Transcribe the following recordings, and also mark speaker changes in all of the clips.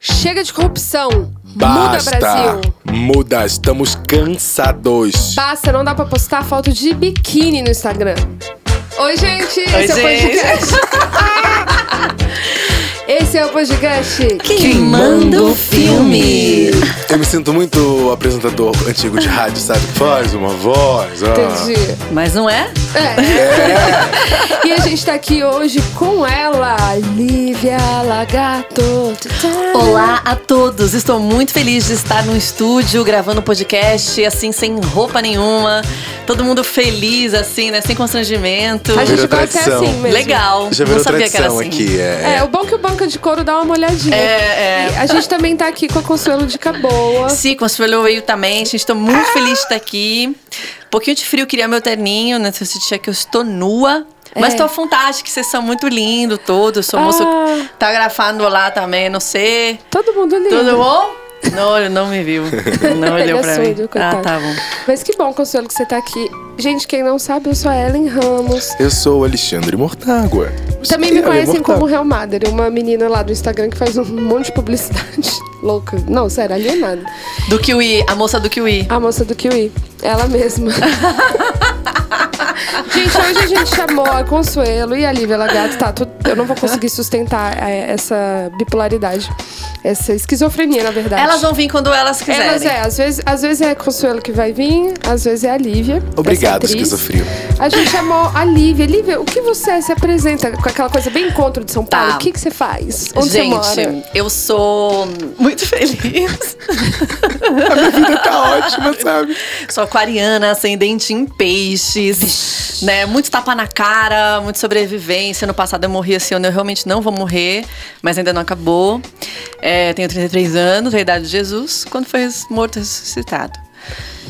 Speaker 1: Chega de corrupção. Muda,
Speaker 2: Basta.
Speaker 1: Brasil.
Speaker 2: Muda, estamos cansados.
Speaker 1: Basta, não dá pra postar foto de biquíni no Instagram. Oi, gente! esse é o
Speaker 3: gente.
Speaker 1: podcast. esse é o podcast.
Speaker 3: Quem manda o filme?
Speaker 2: Eu me sinto muito apresentador antigo de rádio, sabe? Faz uma voz. ah.
Speaker 1: Entendi.
Speaker 3: Mas não é?
Speaker 1: É. e a gente tá aqui hoje com ela, Lívia Lagato.
Speaker 3: Olá a todos! Estou muito feliz de estar no estúdio gravando podcast, assim, sem roupa nenhuma. Todo mundo feliz, assim, né? Sem constrangimento.
Speaker 1: A gente
Speaker 2: Virou
Speaker 1: gosta é
Speaker 2: tradição.
Speaker 1: assim mesmo.
Speaker 3: Legal.
Speaker 2: Já
Speaker 3: não
Speaker 2: virou
Speaker 3: sabia que era
Speaker 2: tradição
Speaker 3: assim.
Speaker 2: aqui. É.
Speaker 1: É, o bom que o Banca de Couro dá uma olhadinha.
Speaker 3: É, é.
Speaker 1: E A gente também tá aqui com a Consuelo de Caboa.
Speaker 3: Sim, com os eu também. Gente, estou muito feliz de estar aqui. Um pouquinho de frio, queria meu terninho, né? Se você disser que eu estou nua. Mas
Speaker 1: É.
Speaker 3: estou à vontade, que vocês são muito lindos todos. Sou
Speaker 1: Ah.
Speaker 3: moço que tá gravando lá também, não sei.
Speaker 1: Todo mundo lindo.
Speaker 3: Tudo bom? Não, ele não me viu. Não
Speaker 1: Ele
Speaker 3: olhou
Speaker 1: é
Speaker 3: pra
Speaker 1: surdo,
Speaker 3: mim.
Speaker 1: coitado.
Speaker 3: Ah, tá bom.
Speaker 1: Mas que bom, Consuelo, que você tá aqui. Gente, quem não sabe, eu sou a Ellen Ramos.
Speaker 2: Eu sou o Alexandre Mortágua. é
Speaker 1: Também
Speaker 2: Sim,
Speaker 1: me
Speaker 2: Ellen tá.
Speaker 1: conhecem
Speaker 2: Mortágua.
Speaker 1: como Real Mader, uma menina lá do Instagram que faz um monte de publicidade louca. Não, sério, alienada.
Speaker 3: Do Kiwi, a moça do Kiwi.
Speaker 1: A moça do Kiwi, ela mesma. gente, hoje a gente chamou a Consuelo e a Lívia Lagato. Tá, tu- eu não vou conseguir sustentar é, essa bipolaridade, essa esquizofrenia, na verdade.
Speaker 3: Elas vão vir quando elas quiserem.
Speaker 1: Elas é, às vezes, às vezes é a Consuelo que vai vir, às vezes é a Lívia.
Speaker 2: Obrigado,
Speaker 1: essa atriz.
Speaker 2: esquizofrio.
Speaker 1: A gente chamou a Lívia. Lívia, o que você se apresenta com aquela coisa bem encontro de São Paulo?
Speaker 3: Tá.
Speaker 1: O que, que você faz? Onde
Speaker 3: Gente,
Speaker 1: você mora?
Speaker 3: eu sou muito feliz.
Speaker 2: Tá ótima, sabe?
Speaker 3: Sou aquariana, ascendente em peixes, né? Muito tapa na cara, muito sobrevivência. No passado eu morri assim, eu realmente não vou morrer, mas ainda não acabou. É, tenho 33 anos, a idade de Jesus, quando foi morto e ressuscitado.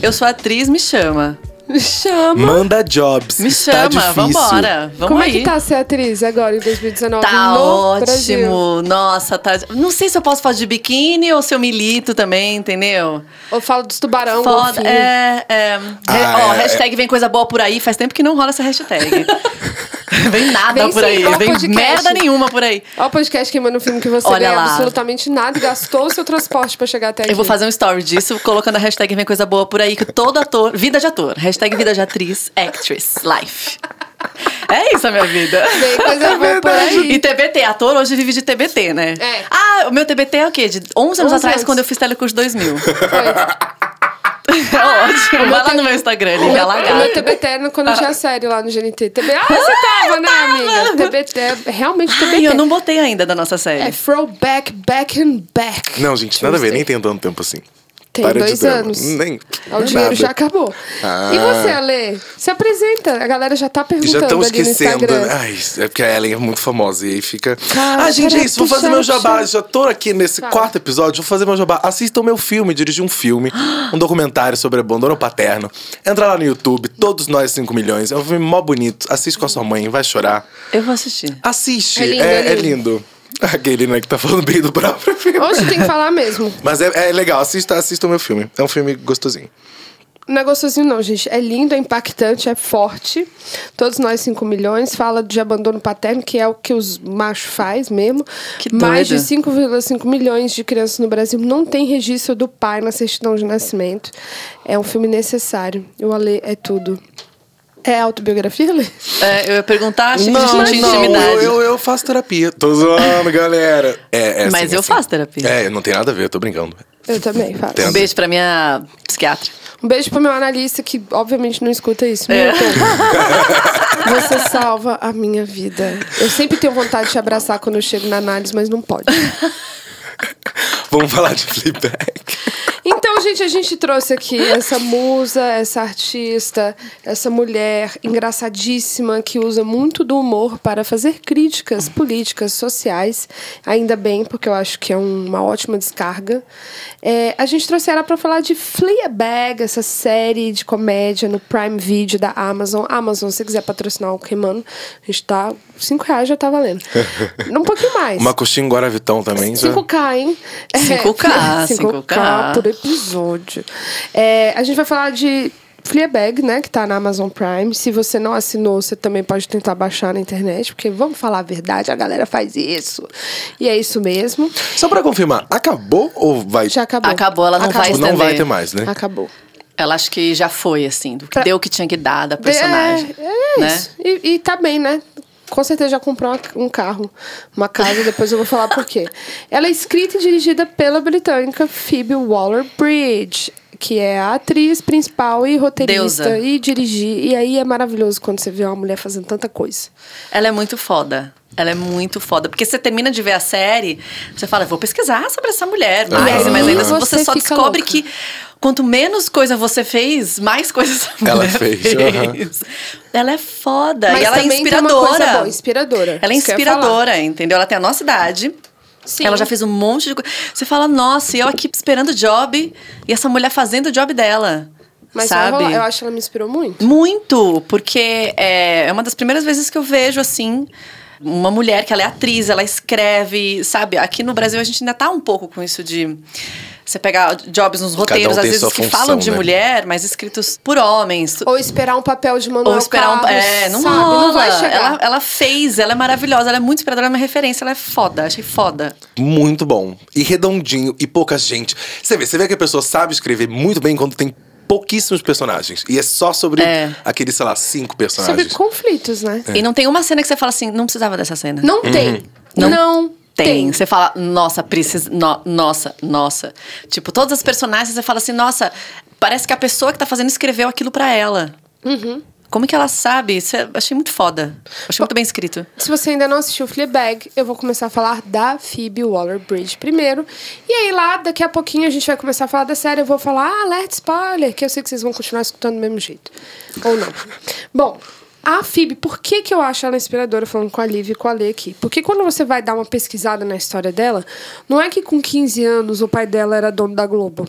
Speaker 3: Eu sou atriz, me chama.
Speaker 1: Me chama.
Speaker 2: Manda jobs.
Speaker 3: Me
Speaker 2: Tá
Speaker 3: chama,
Speaker 2: difícil.
Speaker 3: vambora. Vamos
Speaker 1: Como
Speaker 3: aí.
Speaker 1: é que tá ser atriz agora em 2019?
Speaker 3: Tá
Speaker 1: no
Speaker 3: ótimo.
Speaker 1: Brasil?
Speaker 3: Nossa, tá. Não sei se eu posso falar de biquíni ou se eu milito também, entendeu?
Speaker 1: Eu falo dos tubarão,
Speaker 3: Foda.
Speaker 1: golfinho.
Speaker 3: É, é. Re-
Speaker 2: Ah,
Speaker 3: ó,
Speaker 2: é,
Speaker 3: hashtag vem coisa boa por aí. Faz tempo que não rola essa hashtag. vem nada
Speaker 1: Vem
Speaker 3: por
Speaker 1: sim,
Speaker 3: aí.
Speaker 1: igual
Speaker 3: Vem
Speaker 1: podcast.
Speaker 3: merda nenhuma por aí.
Speaker 1: Olha o podcast queimando o filme que você
Speaker 3: Olha
Speaker 1: ganha
Speaker 3: lá.
Speaker 1: absolutamente nada e gastou o seu transporte pra chegar até aqui.
Speaker 3: Eu vou fazer um story disso, colocando a hashtag vem coisa boa por aí, que todo ator. Vida de ator. Hashtag vida de atriz, actress, life. É isso a minha vida.
Speaker 1: Bem, coisa
Speaker 3: É
Speaker 1: boa por aí.
Speaker 3: E TBT, ator hoje vive de TBT, né?
Speaker 1: É.
Speaker 3: Ah, o meu TBT é o quê? De 11 anos
Speaker 1: 11
Speaker 3: atrás,
Speaker 1: anos.
Speaker 3: quando eu fiz Telecurso 2000. Tá
Speaker 1: Foi.
Speaker 3: é ótimo. Vai lá no meu Instagram, Lívia
Speaker 1: O meu
Speaker 3: Lagato.
Speaker 1: TBT era quando eu tinha série lá no GNT. TB... Ah, você tava, né, amiga? TBT, é realmente TBT.
Speaker 3: Ai, eu não botei ainda da nossa série.
Speaker 1: É throwback, back and back.
Speaker 2: Não, gente, nada a ver,
Speaker 1: Tuesday.
Speaker 2: nem tem tanto tempo assim.
Speaker 1: Tem
Speaker 2: Para de
Speaker 1: dois
Speaker 2: drama.
Speaker 1: anos.
Speaker 2: Nem.
Speaker 1: Ah, O dinheiro
Speaker 2: nada.
Speaker 1: já acabou.
Speaker 2: Ah.
Speaker 1: E você, Ale? Se apresenta. A galera já tá perguntando
Speaker 2: Já estão
Speaker 1: ali no
Speaker 2: esquecendo.
Speaker 1: Instagram.
Speaker 2: né? Ai, é porque a Ellen é muito famosa e aí fica.
Speaker 1: Cara,
Speaker 2: ah, gente, é
Speaker 1: cara,
Speaker 2: isso, vou
Speaker 1: puxa,
Speaker 2: fazer meu
Speaker 1: puxa. Tá.
Speaker 2: jabá. Já tô aqui nesse
Speaker 1: Fala.
Speaker 2: quarto episódio, vou fazer meu jabá. Assistam meu filme, dirigi um filme, um documentário sobre abandono paterno. Entra lá no YouTube, Todos Nós 5 Milhões. É um filme mó bonito. Assiste com a sua mãe, vai chorar.
Speaker 3: Eu vou assistir.
Speaker 2: Assiste,
Speaker 1: É
Speaker 2: é
Speaker 1: lindo,
Speaker 2: lindo.
Speaker 1: é
Speaker 2: É,
Speaker 1: lindo.
Speaker 2: lindo. Aquele, né, que tá falando bem do próprio filme.
Speaker 1: Hoje tem que falar mesmo.
Speaker 2: Mas é, é legal, assista, assista o meu filme. É um filme gostosinho.
Speaker 1: Não é gostosinho, não, gente. É lindo, é impactante, é forte. Todos nós, 5 milhões, fala de abandono paterno, que é o que os machos faz mesmo.
Speaker 3: Que
Speaker 1: Mais de
Speaker 3: doido.
Speaker 1: 5,5 milhões de crianças no Brasil não tem registro do pai na certidão de nascimento. É um filme necessário. O Ale é tudo. É autobiografia, Ale?
Speaker 3: É, eu ia perguntar, achei que a gente não tinha intimidade.
Speaker 2: eu, eu, eu faço terapia. Tô zoando, galera. É, é
Speaker 3: Mas
Speaker 2: assim,
Speaker 3: eu
Speaker 2: assim.
Speaker 3: faço terapia.
Speaker 2: É, não tem nada a ver, eu tô brincando.
Speaker 1: Eu também faço.
Speaker 2: Entendo.
Speaker 3: Um beijo pra minha psiquiatra.
Speaker 1: Um beijo pro meu analista, que obviamente não escuta isso.
Speaker 3: É.
Speaker 1: Milton, você salva a minha vida. Eu sempre tenho vontade de te abraçar quando eu chego na análise, mas não pode.
Speaker 2: Vamos falar de Fleabag.
Speaker 1: Então, gente, a gente trouxe aqui essa musa, essa artista, essa mulher engraçadíssima que usa muito do humor para fazer críticas políticas, sociais. Ainda bem, porque eu acho que é um- uma ótima descarga. É, a gente trouxe ela para falar de Fleabag, essa série de comédia no Prime Video da Amazon. Amazon, se quiser patrocinar o Queimando, a gente tá... Cinco reais já tá valendo. Um pouquinho mais.
Speaker 2: Uma coxinha em Guaravitão também. Já.
Speaker 1: 5K, hein?
Speaker 3: 5K,
Speaker 1: 5K
Speaker 3: 5K.
Speaker 1: por episódio. É, a gente É, vai falar de Fleabag, né, que tá na Amazon Prime. Se você não assinou, você também pode tentar baixar na internet, porque vamos falar a verdade, a galera faz isso. E é isso mesmo.
Speaker 2: Só pra confirmar, acabou ou vai?
Speaker 1: Já acabou.
Speaker 3: Acabou, ela não vai
Speaker 1: Acabou.
Speaker 2: Não vai
Speaker 3: estender.
Speaker 2: ter mais, né?
Speaker 1: Acabou.
Speaker 3: Ela acho que já foi, assim, do que
Speaker 1: Pra-
Speaker 3: deu o que tinha que dar da personagem.
Speaker 1: É, é
Speaker 3: né?
Speaker 1: isso. E, e tá bem, né? Com certeza já comprou uma- um carro, uma casa, depois eu vou falar por quê. Ela é escrita e dirigida pela britânica Phoebe Waller-Bridge, que é a atriz principal e roteirista
Speaker 3: Deusa.
Speaker 1: e dirigir. E aí é maravilhoso quando você vê uma mulher fazendo tanta coisa.
Speaker 3: Ela é muito foda. Ela é muito foda. Porque você termina de ver a série, você fala, vou pesquisar sobre essa mulher mais,
Speaker 2: aí
Speaker 3: mas ainda assim
Speaker 1: você
Speaker 3: você só
Speaker 1: fica
Speaker 3: descobre
Speaker 1: louca.
Speaker 3: que quanto menos coisa você fez, mais coisa essa mulher
Speaker 2: Ela fez,
Speaker 3: Ela é foda.
Speaker 1: Mas
Speaker 3: e ela é
Speaker 1: também tem uma
Speaker 3: inspiradora.
Speaker 1: coisa boa, inspiradora.
Speaker 3: Ela é
Speaker 1: Isso que eu ia falar.
Speaker 3: inspiradora, entendeu? Ela tem a nossa idade.
Speaker 1: Sim.
Speaker 3: Ela já fez um monte de coisa. Você fala, nossa, e eu aqui esperando o job e essa mulher fazendo o job dela.
Speaker 1: Mas vai
Speaker 3: sabe?
Speaker 1: rolar. eu acho que ela me inspirou muito.
Speaker 3: Muito, porque é, é uma das primeiras vezes que eu vejo, assim, uma mulher que ela é atriz, ela escreve, sabe? Aqui no Brasil a gente ainda tá um pouco com isso de. Você pegar jobs nos roteiros,
Speaker 2: um tem
Speaker 3: às vezes,
Speaker 2: sua
Speaker 3: que
Speaker 2: função,
Speaker 3: falam de
Speaker 2: né?
Speaker 3: mulher, mas escritos por homens.
Speaker 1: Ou esperar um papel de Manuel
Speaker 3: Ou esperar um.
Speaker 1: Carlos,
Speaker 3: É, não,
Speaker 1: sabe?
Speaker 3: rola.
Speaker 1: Não vai chegar.
Speaker 3: Ela, ela fez, ela é maravilhosa, ela é muito inspiradora, ela é uma referência, ela é foda, achei foda.
Speaker 2: Muito bom. E redondinho e pouca gente. Você vê, você vê que a pessoa sabe escrever muito bem quando tem pouquíssimos personagens. E é só sobre
Speaker 3: É.
Speaker 2: aqueles, sei lá, cinco
Speaker 1: Sobre
Speaker 2: personagens.
Speaker 1: conflitos, né?
Speaker 2: É.
Speaker 3: E não tem uma cena que você fala assim, não precisava dessa cena.
Speaker 1: Não tem. Não,
Speaker 3: Tem.
Speaker 1: tem.
Speaker 3: Você fala, nossa, precisa. no- nossa, nossa. Tipo, todas as personagens, você fala assim, nossa, parece que a pessoa que tá fazendo escreveu aquilo pra ela. Uhum. Como que ela sabe? Isso é- achei muito foda. Achei muito bem escrito.
Speaker 1: Se você ainda não assistiu Fleabag, eu vou começar a falar da Phoebe Waller-Bridge primeiro. E aí lá, daqui a pouquinho, a gente vai começar a falar da série. Eu vou falar, ah, alert spoiler, que eu sei que vocês vão continuar escutando do mesmo jeito. Ou não. Bom, a Phoebe, por que, que eu acho ela inspiradora falando com a Liv e com a Lê aqui? Porque quando você vai dar uma pesquisada na história dela, não é que com 15 anos o pai dela era dono da Globo.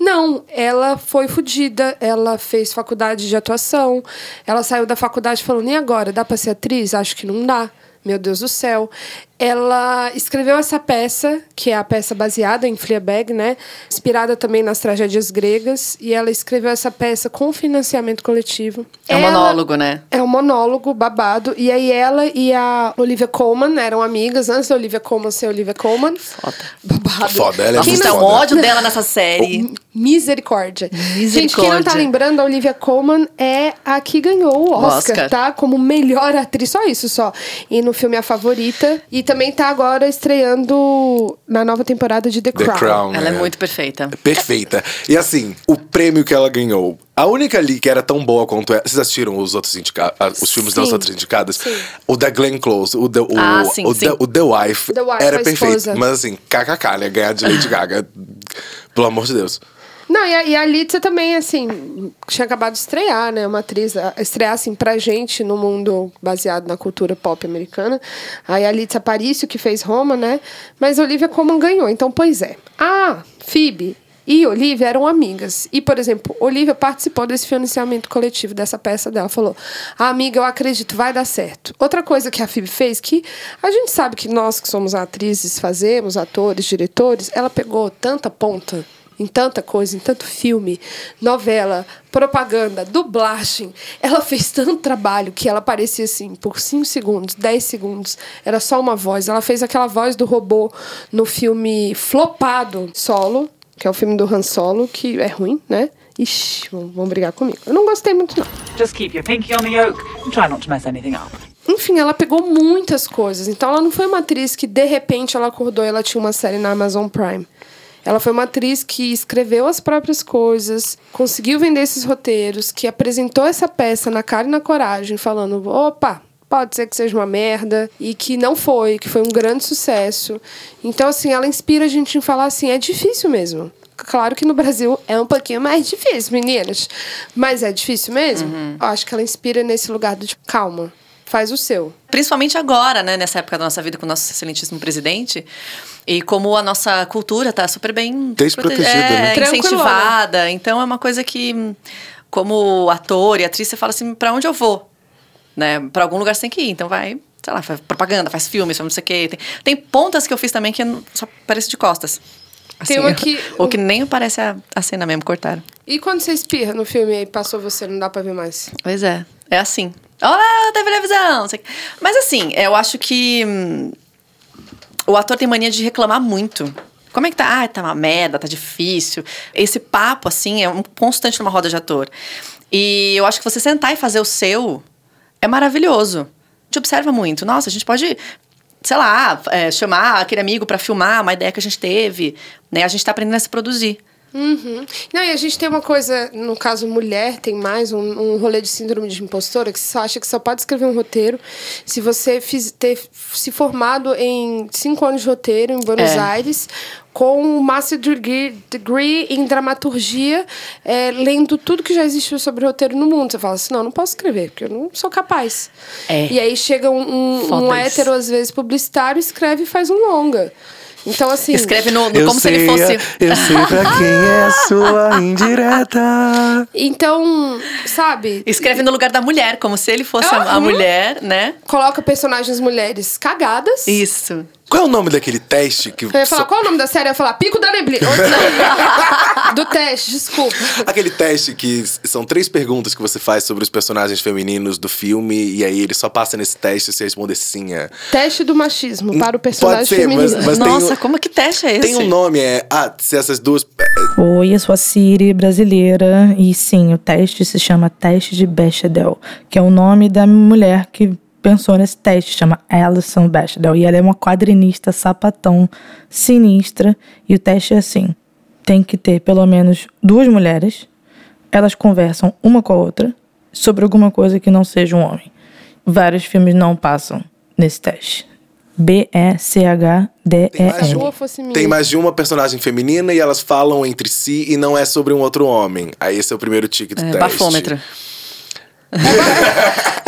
Speaker 1: Não, ela foi fodida, ela fez faculdade de atuação, ela saiu da faculdade falando, e agora, dá pra ser atriz? Acho que não dá, meu Deus do céu. Ela escreveu essa peça, que é a peça baseada em Fleabag, né? Inspirada também nas tragédias gregas, e ela escreveu essa peça com financiamento coletivo.
Speaker 3: É um
Speaker 1: Ela-
Speaker 3: monólogo, né?
Speaker 1: é um monólogo babado. E aí ela e a Olivia Colman eram amigas antes da Olivia Colman ser Olivia Colman. Foda. Babado.
Speaker 2: Foda, ela é
Speaker 1: Quem
Speaker 2: muito
Speaker 3: Nossa,
Speaker 1: não-
Speaker 3: o
Speaker 2: foda.
Speaker 3: ódio dela nessa série.
Speaker 1: Misericórdia. Gente, quem não tá
Speaker 3: Misericórdia.
Speaker 1: lembrando, a Olivia Colman é a que ganhou o Oscar,
Speaker 3: Oscar.
Speaker 1: tá? Como melhor atriz, só isso só. E no filme A Favorita. E também tá agora estreando na nova temporada de The,
Speaker 2: The
Speaker 1: Crown.
Speaker 2: Crown.
Speaker 3: Ela é
Speaker 2: né?
Speaker 3: muito perfeita.
Speaker 2: Perfeita. E assim, o prêmio que ela ganhou. A única ali que era tão boa quanto ela. Vocês assistiram os outros indicados, os filmes das
Speaker 1: Sim.
Speaker 2: outras indicadas?
Speaker 1: Sim.
Speaker 2: O da Glenn Close, o The, o,
Speaker 3: Ah, sim,
Speaker 2: o
Speaker 3: sim.
Speaker 2: The, o The Wife,
Speaker 1: The Wife,
Speaker 2: era
Speaker 1: a
Speaker 2: perfeito.
Speaker 1: esposa.
Speaker 2: Mas assim, kkk, né? Ganhar de Lady Gaga. Pelo amor de Deus.
Speaker 1: Não, e a, e a Litza também, assim, tinha acabado de estrear, né? Uma atriz, a- estrear, assim, pra gente no mundo baseado na cultura pop americana. Aí a Litza Parício, que fez Roma, né? Mas Olivia Colman ganhou, então, pois é. Ah, Phoebe e Olivia eram amigas. E, por exemplo, Olivia participou desse financiamento coletivo dessa peça dela. Falou, ah, amiga, eu acredito, vai dar certo. Outra coisa que a Phoebe fez, que a gente sabe que nós que somos atrizes fazemos, atores, diretores, ela pegou tanta ponta em tanta coisa, em tanto filme, novela, propaganda, dublagem. Ela fez tanto trabalho que ela parecia assim, por 5 segundos, 10 segundos, era só uma voz. Ela fez aquela voz do robô no filme Flopado Solo, que é o filme do Han Solo, que é ruim, né? Ixi, vão vão brigar comigo. Eu não gostei muito, não.
Speaker 4: Just keep your pinky on the yoke and try not to mess anything up.
Speaker 1: Enfim, ela pegou muitas coisas. Então ela não foi uma atriz que de repente ela acordou e ela tinha uma série na Amazon Prime. Ela foi uma atriz que escreveu as próprias coisas, conseguiu vender esses roteiros, que apresentou essa peça na cara e na coragem, falando: opa, pode ser que seja uma merda, e que não foi, que foi um grande sucesso. Então, assim, ela inspira a gente em falar assim: é difícil mesmo. Claro que no Brasil é um pouquinho mais difícil, meninas. Mas é difícil mesmo? Eu acho que ela inspira nesse lugar do tipo, calma, faz o seu.
Speaker 3: Principalmente agora, né? Nessa época da nossa vida com o nosso excelentíssimo presidente. E como a nossa cultura tá super bem
Speaker 2: Desprotegida, né?
Speaker 3: é,
Speaker 1: Tranquilona.
Speaker 3: incentivada. Então é uma coisa que, hum, como ator e atriz, você fala assim, pra onde eu vou? Né? Pra algum lugar você tem que ir. Então vai, sei lá, faz propaganda, faz filmes, faz não sei o quê. Tem, tem pontas que eu fiz também que eu não- só aparece de costas.
Speaker 1: Tem uma que-
Speaker 3: Ou que nem aparece a, a cena mesmo, cortaram.
Speaker 1: E quando você espirra no filme e passou você, não dá pra ver mais?
Speaker 3: Pois é, é assim. Olá, televisão! não sei o quê. Mas assim, eu acho que hum, o ator tem mania de reclamar muito. Como é que tá? Ah, tá uma merda, tá difícil. Esse papo, assim, é um constante numa roda de ator. E eu acho que você sentar e fazer o seu é maravilhoso. Te observa muito. Nossa, a gente pode, sei lá, é, chamar aquele amigo pra filmar uma ideia que a gente teve. Né? A gente tá aprendendo a se produzir.
Speaker 1: Uhum. Não, e a gente tem uma coisa, no caso mulher, tem mais um, um rolê de síndrome de impostora que você só acha que só pode escrever um roteiro se você fiz- ter se formado em cinco anos de roteiro em Buenos
Speaker 3: É.
Speaker 1: Aires com um master degree, degree em dramaturgia, é, lendo tudo que já existiu sobre roteiro no mundo. Você fala assim, não, eu não posso escrever, porque eu não sou capaz.
Speaker 3: É.
Speaker 1: E aí chega um, um,
Speaker 3: Foda
Speaker 1: um
Speaker 3: isso.
Speaker 1: hétero, às vezes, publicitário, escreve e faz um longa. Então, assim...
Speaker 3: Escreve no, no- como se ele
Speaker 2: sei,
Speaker 3: fosse.
Speaker 2: Eu sei pra quem é sua indireta.
Speaker 1: Então, sabe...
Speaker 3: Escreve no lugar da mulher, como se ele fosse a- a,
Speaker 1: Uhum.
Speaker 3: mulher, né?
Speaker 1: coloca personagens mulheres cagadas.
Speaker 3: Isso.
Speaker 2: Qual é o nome daquele teste que.
Speaker 1: Eu ia falar,
Speaker 2: só-
Speaker 1: qual o nome da série? Eu ia falar, Pico da Neblina. Ou não. Do teste, desculpa.
Speaker 2: Aquele teste que s- são três perguntas que você faz sobre os personagens femininos do filme, e aí ele só passa nesse teste se responder sim. É.
Speaker 1: Teste do machismo para o personagem
Speaker 2: ser,
Speaker 1: feminino.
Speaker 2: Mas tem
Speaker 3: Nossa,
Speaker 2: um-
Speaker 3: como que teste é esse?
Speaker 2: Tem um nome, é. Ah, se essas duas.
Speaker 5: Oi, eu sou a Siri, brasileira, e sim, o teste se chama Teste de Bechdel, que é o nome da mulher que pensou nesse teste, chama Alison Bechdel, e ela é uma quadrinista sapatão sinistra, e o teste é assim, tem que ter pelo menos duas mulheres, elas conversam uma com a outra sobre alguma coisa que não seja um homem. Vários filmes não passam nesse teste.
Speaker 2: é,
Speaker 1: É, Se a
Speaker 5: B-E-C-H-D-E-L.
Speaker 1: rua fosse minha.
Speaker 2: um, Tem mais de uma personagem feminina e elas falam entre si e não é sobre um outro homem. Aí esse é o primeiro tique do
Speaker 3: É,
Speaker 2: teste.
Speaker 3: bafômetro.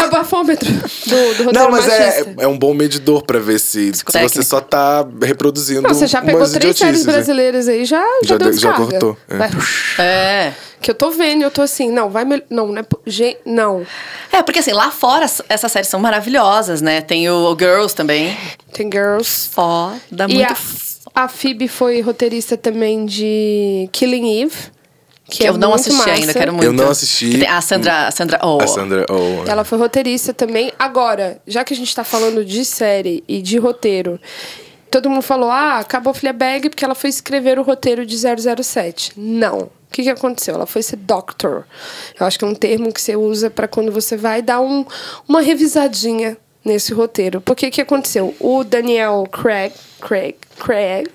Speaker 1: É o bafômetro do, do roteiro
Speaker 2: Não, mas é,
Speaker 1: machista.
Speaker 2: é um bom medidor pra ver se, se
Speaker 3: Psicotécnico.
Speaker 2: você só tá reproduzindo.
Speaker 1: Não, você já pegou
Speaker 2: umas
Speaker 1: três séries
Speaker 2: idiotices, né?
Speaker 1: brasileiras aí, já, já,
Speaker 2: Já
Speaker 1: deu
Speaker 2: deu- já
Speaker 1: descarga.
Speaker 2: cortou, é.
Speaker 1: Vai.
Speaker 3: É.
Speaker 1: Que eu tô vendo, eu tô assim, não, vai melhor. Não, não é. po- Gente, não.
Speaker 3: É, porque assim, lá fora as- essas séries são maravilhosas, né? Tem o Girls também.
Speaker 1: Tem girls.
Speaker 3: Foda,
Speaker 1: E
Speaker 3: Tá muito
Speaker 1: a,
Speaker 3: f-
Speaker 1: a Phoebe foi roteirista também de Killing Eve. Que,
Speaker 3: Que
Speaker 1: é
Speaker 3: eu não
Speaker 1: muito
Speaker 3: assisti
Speaker 1: massa.
Speaker 3: ainda, quero muito.
Speaker 2: Eu não assisti.
Speaker 3: Que tem A Sandra. A Sandra. Oh,
Speaker 2: A Sandra. Oh.
Speaker 1: Ela foi roteirista também. Agora, já que a gente tá falando de série e de roteiro, todo mundo falou: ah, acabou Fleabag porque ela foi escrever o roteiro de 007. Não. O que, que aconteceu? Ela foi ser doctor. Eu acho que é um termo que você usa para quando você vai dar um- uma revisadinha nesse roteiro. Porque o que aconteceu? O Daniel Craig. Craig. Craig.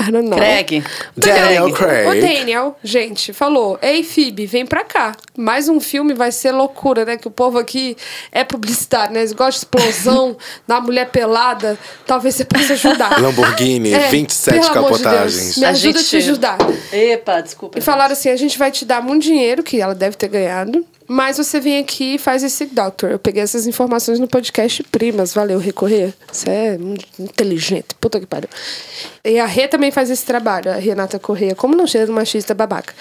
Speaker 1: I don't know.
Speaker 3: Craig.
Speaker 1: O Daniel,
Speaker 2: Daniel Craig.
Speaker 1: O Daniel, gente, falou: Ei, Phoebe, vem pra cá. Mais um filme vai ser loucura, né? Que o povo aqui é publicitário, né? Eles gostam de explosão, da mulher pelada. Talvez você possa ajudar. É,
Speaker 2: Lamborghini, 27
Speaker 1: pelo amor de
Speaker 2: capotagens.
Speaker 1: Deus, Me
Speaker 3: A
Speaker 1: ajuda
Speaker 3: gente-
Speaker 1: a te ajudar.
Speaker 3: Epa, desculpa.
Speaker 1: E falaram assim: a gente vai te dar muito dinheiro, que ela deve ter ganhado, mas você vem aqui e faz esse doctor. Eu peguei essas informações no podcast Primas, valeu recorrer. Você é muito inteligente, puta que pariu. E a Rê também faz esse trabalho, a Renata Corrêa, como não cheira do machista babaca.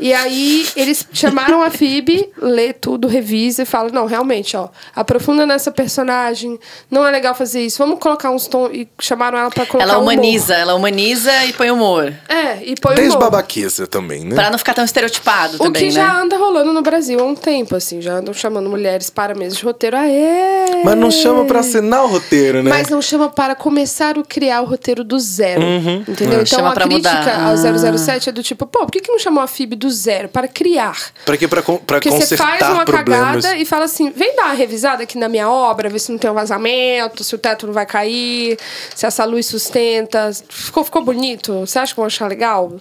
Speaker 1: E aí eles chamaram a Phoebe, lê tudo, revisa e fala: não, realmente, ó, aprofunda nessa personagem, não é legal fazer isso, vamos colocar uns tons. E chamaram ela pra colocar. um
Speaker 3: Ela
Speaker 1: humor.
Speaker 3: humaniza, ela humaniza e põe humor.
Speaker 1: É, e põe
Speaker 2: né? Desde
Speaker 1: humor.
Speaker 2: babaqueza também, né?
Speaker 3: Pra não ficar tão estereotipado
Speaker 1: O
Speaker 3: também,
Speaker 1: que
Speaker 3: né?
Speaker 1: já anda rolando no Brasil há um tempo, assim. Já andam chamando mulheres para mesa de roteiro. Aê!
Speaker 2: Mas não chama pra assinar o roteiro, né?
Speaker 1: Mas não chama para começar o criar o roteiro do zero. Entendeu? Então
Speaker 3: Uhum. Chama
Speaker 1: a
Speaker 3: pra
Speaker 1: crítica
Speaker 3: mudar. Ah.
Speaker 1: ao 007 é do tipo, pô, por que, que não chamou a FIB do zero? Para criar.
Speaker 2: Pra quê? Pra, con- pra
Speaker 1: Porque você
Speaker 2: consertar
Speaker 1: faz uma
Speaker 2: problemas.
Speaker 1: cagada e fala assim: vem dar uma revisada aqui na minha obra, ver se não tem um vazamento, se o teto não vai cair, se essa luz sustenta. Ficou, ficou bonito? Você acha que eu vou achar legal?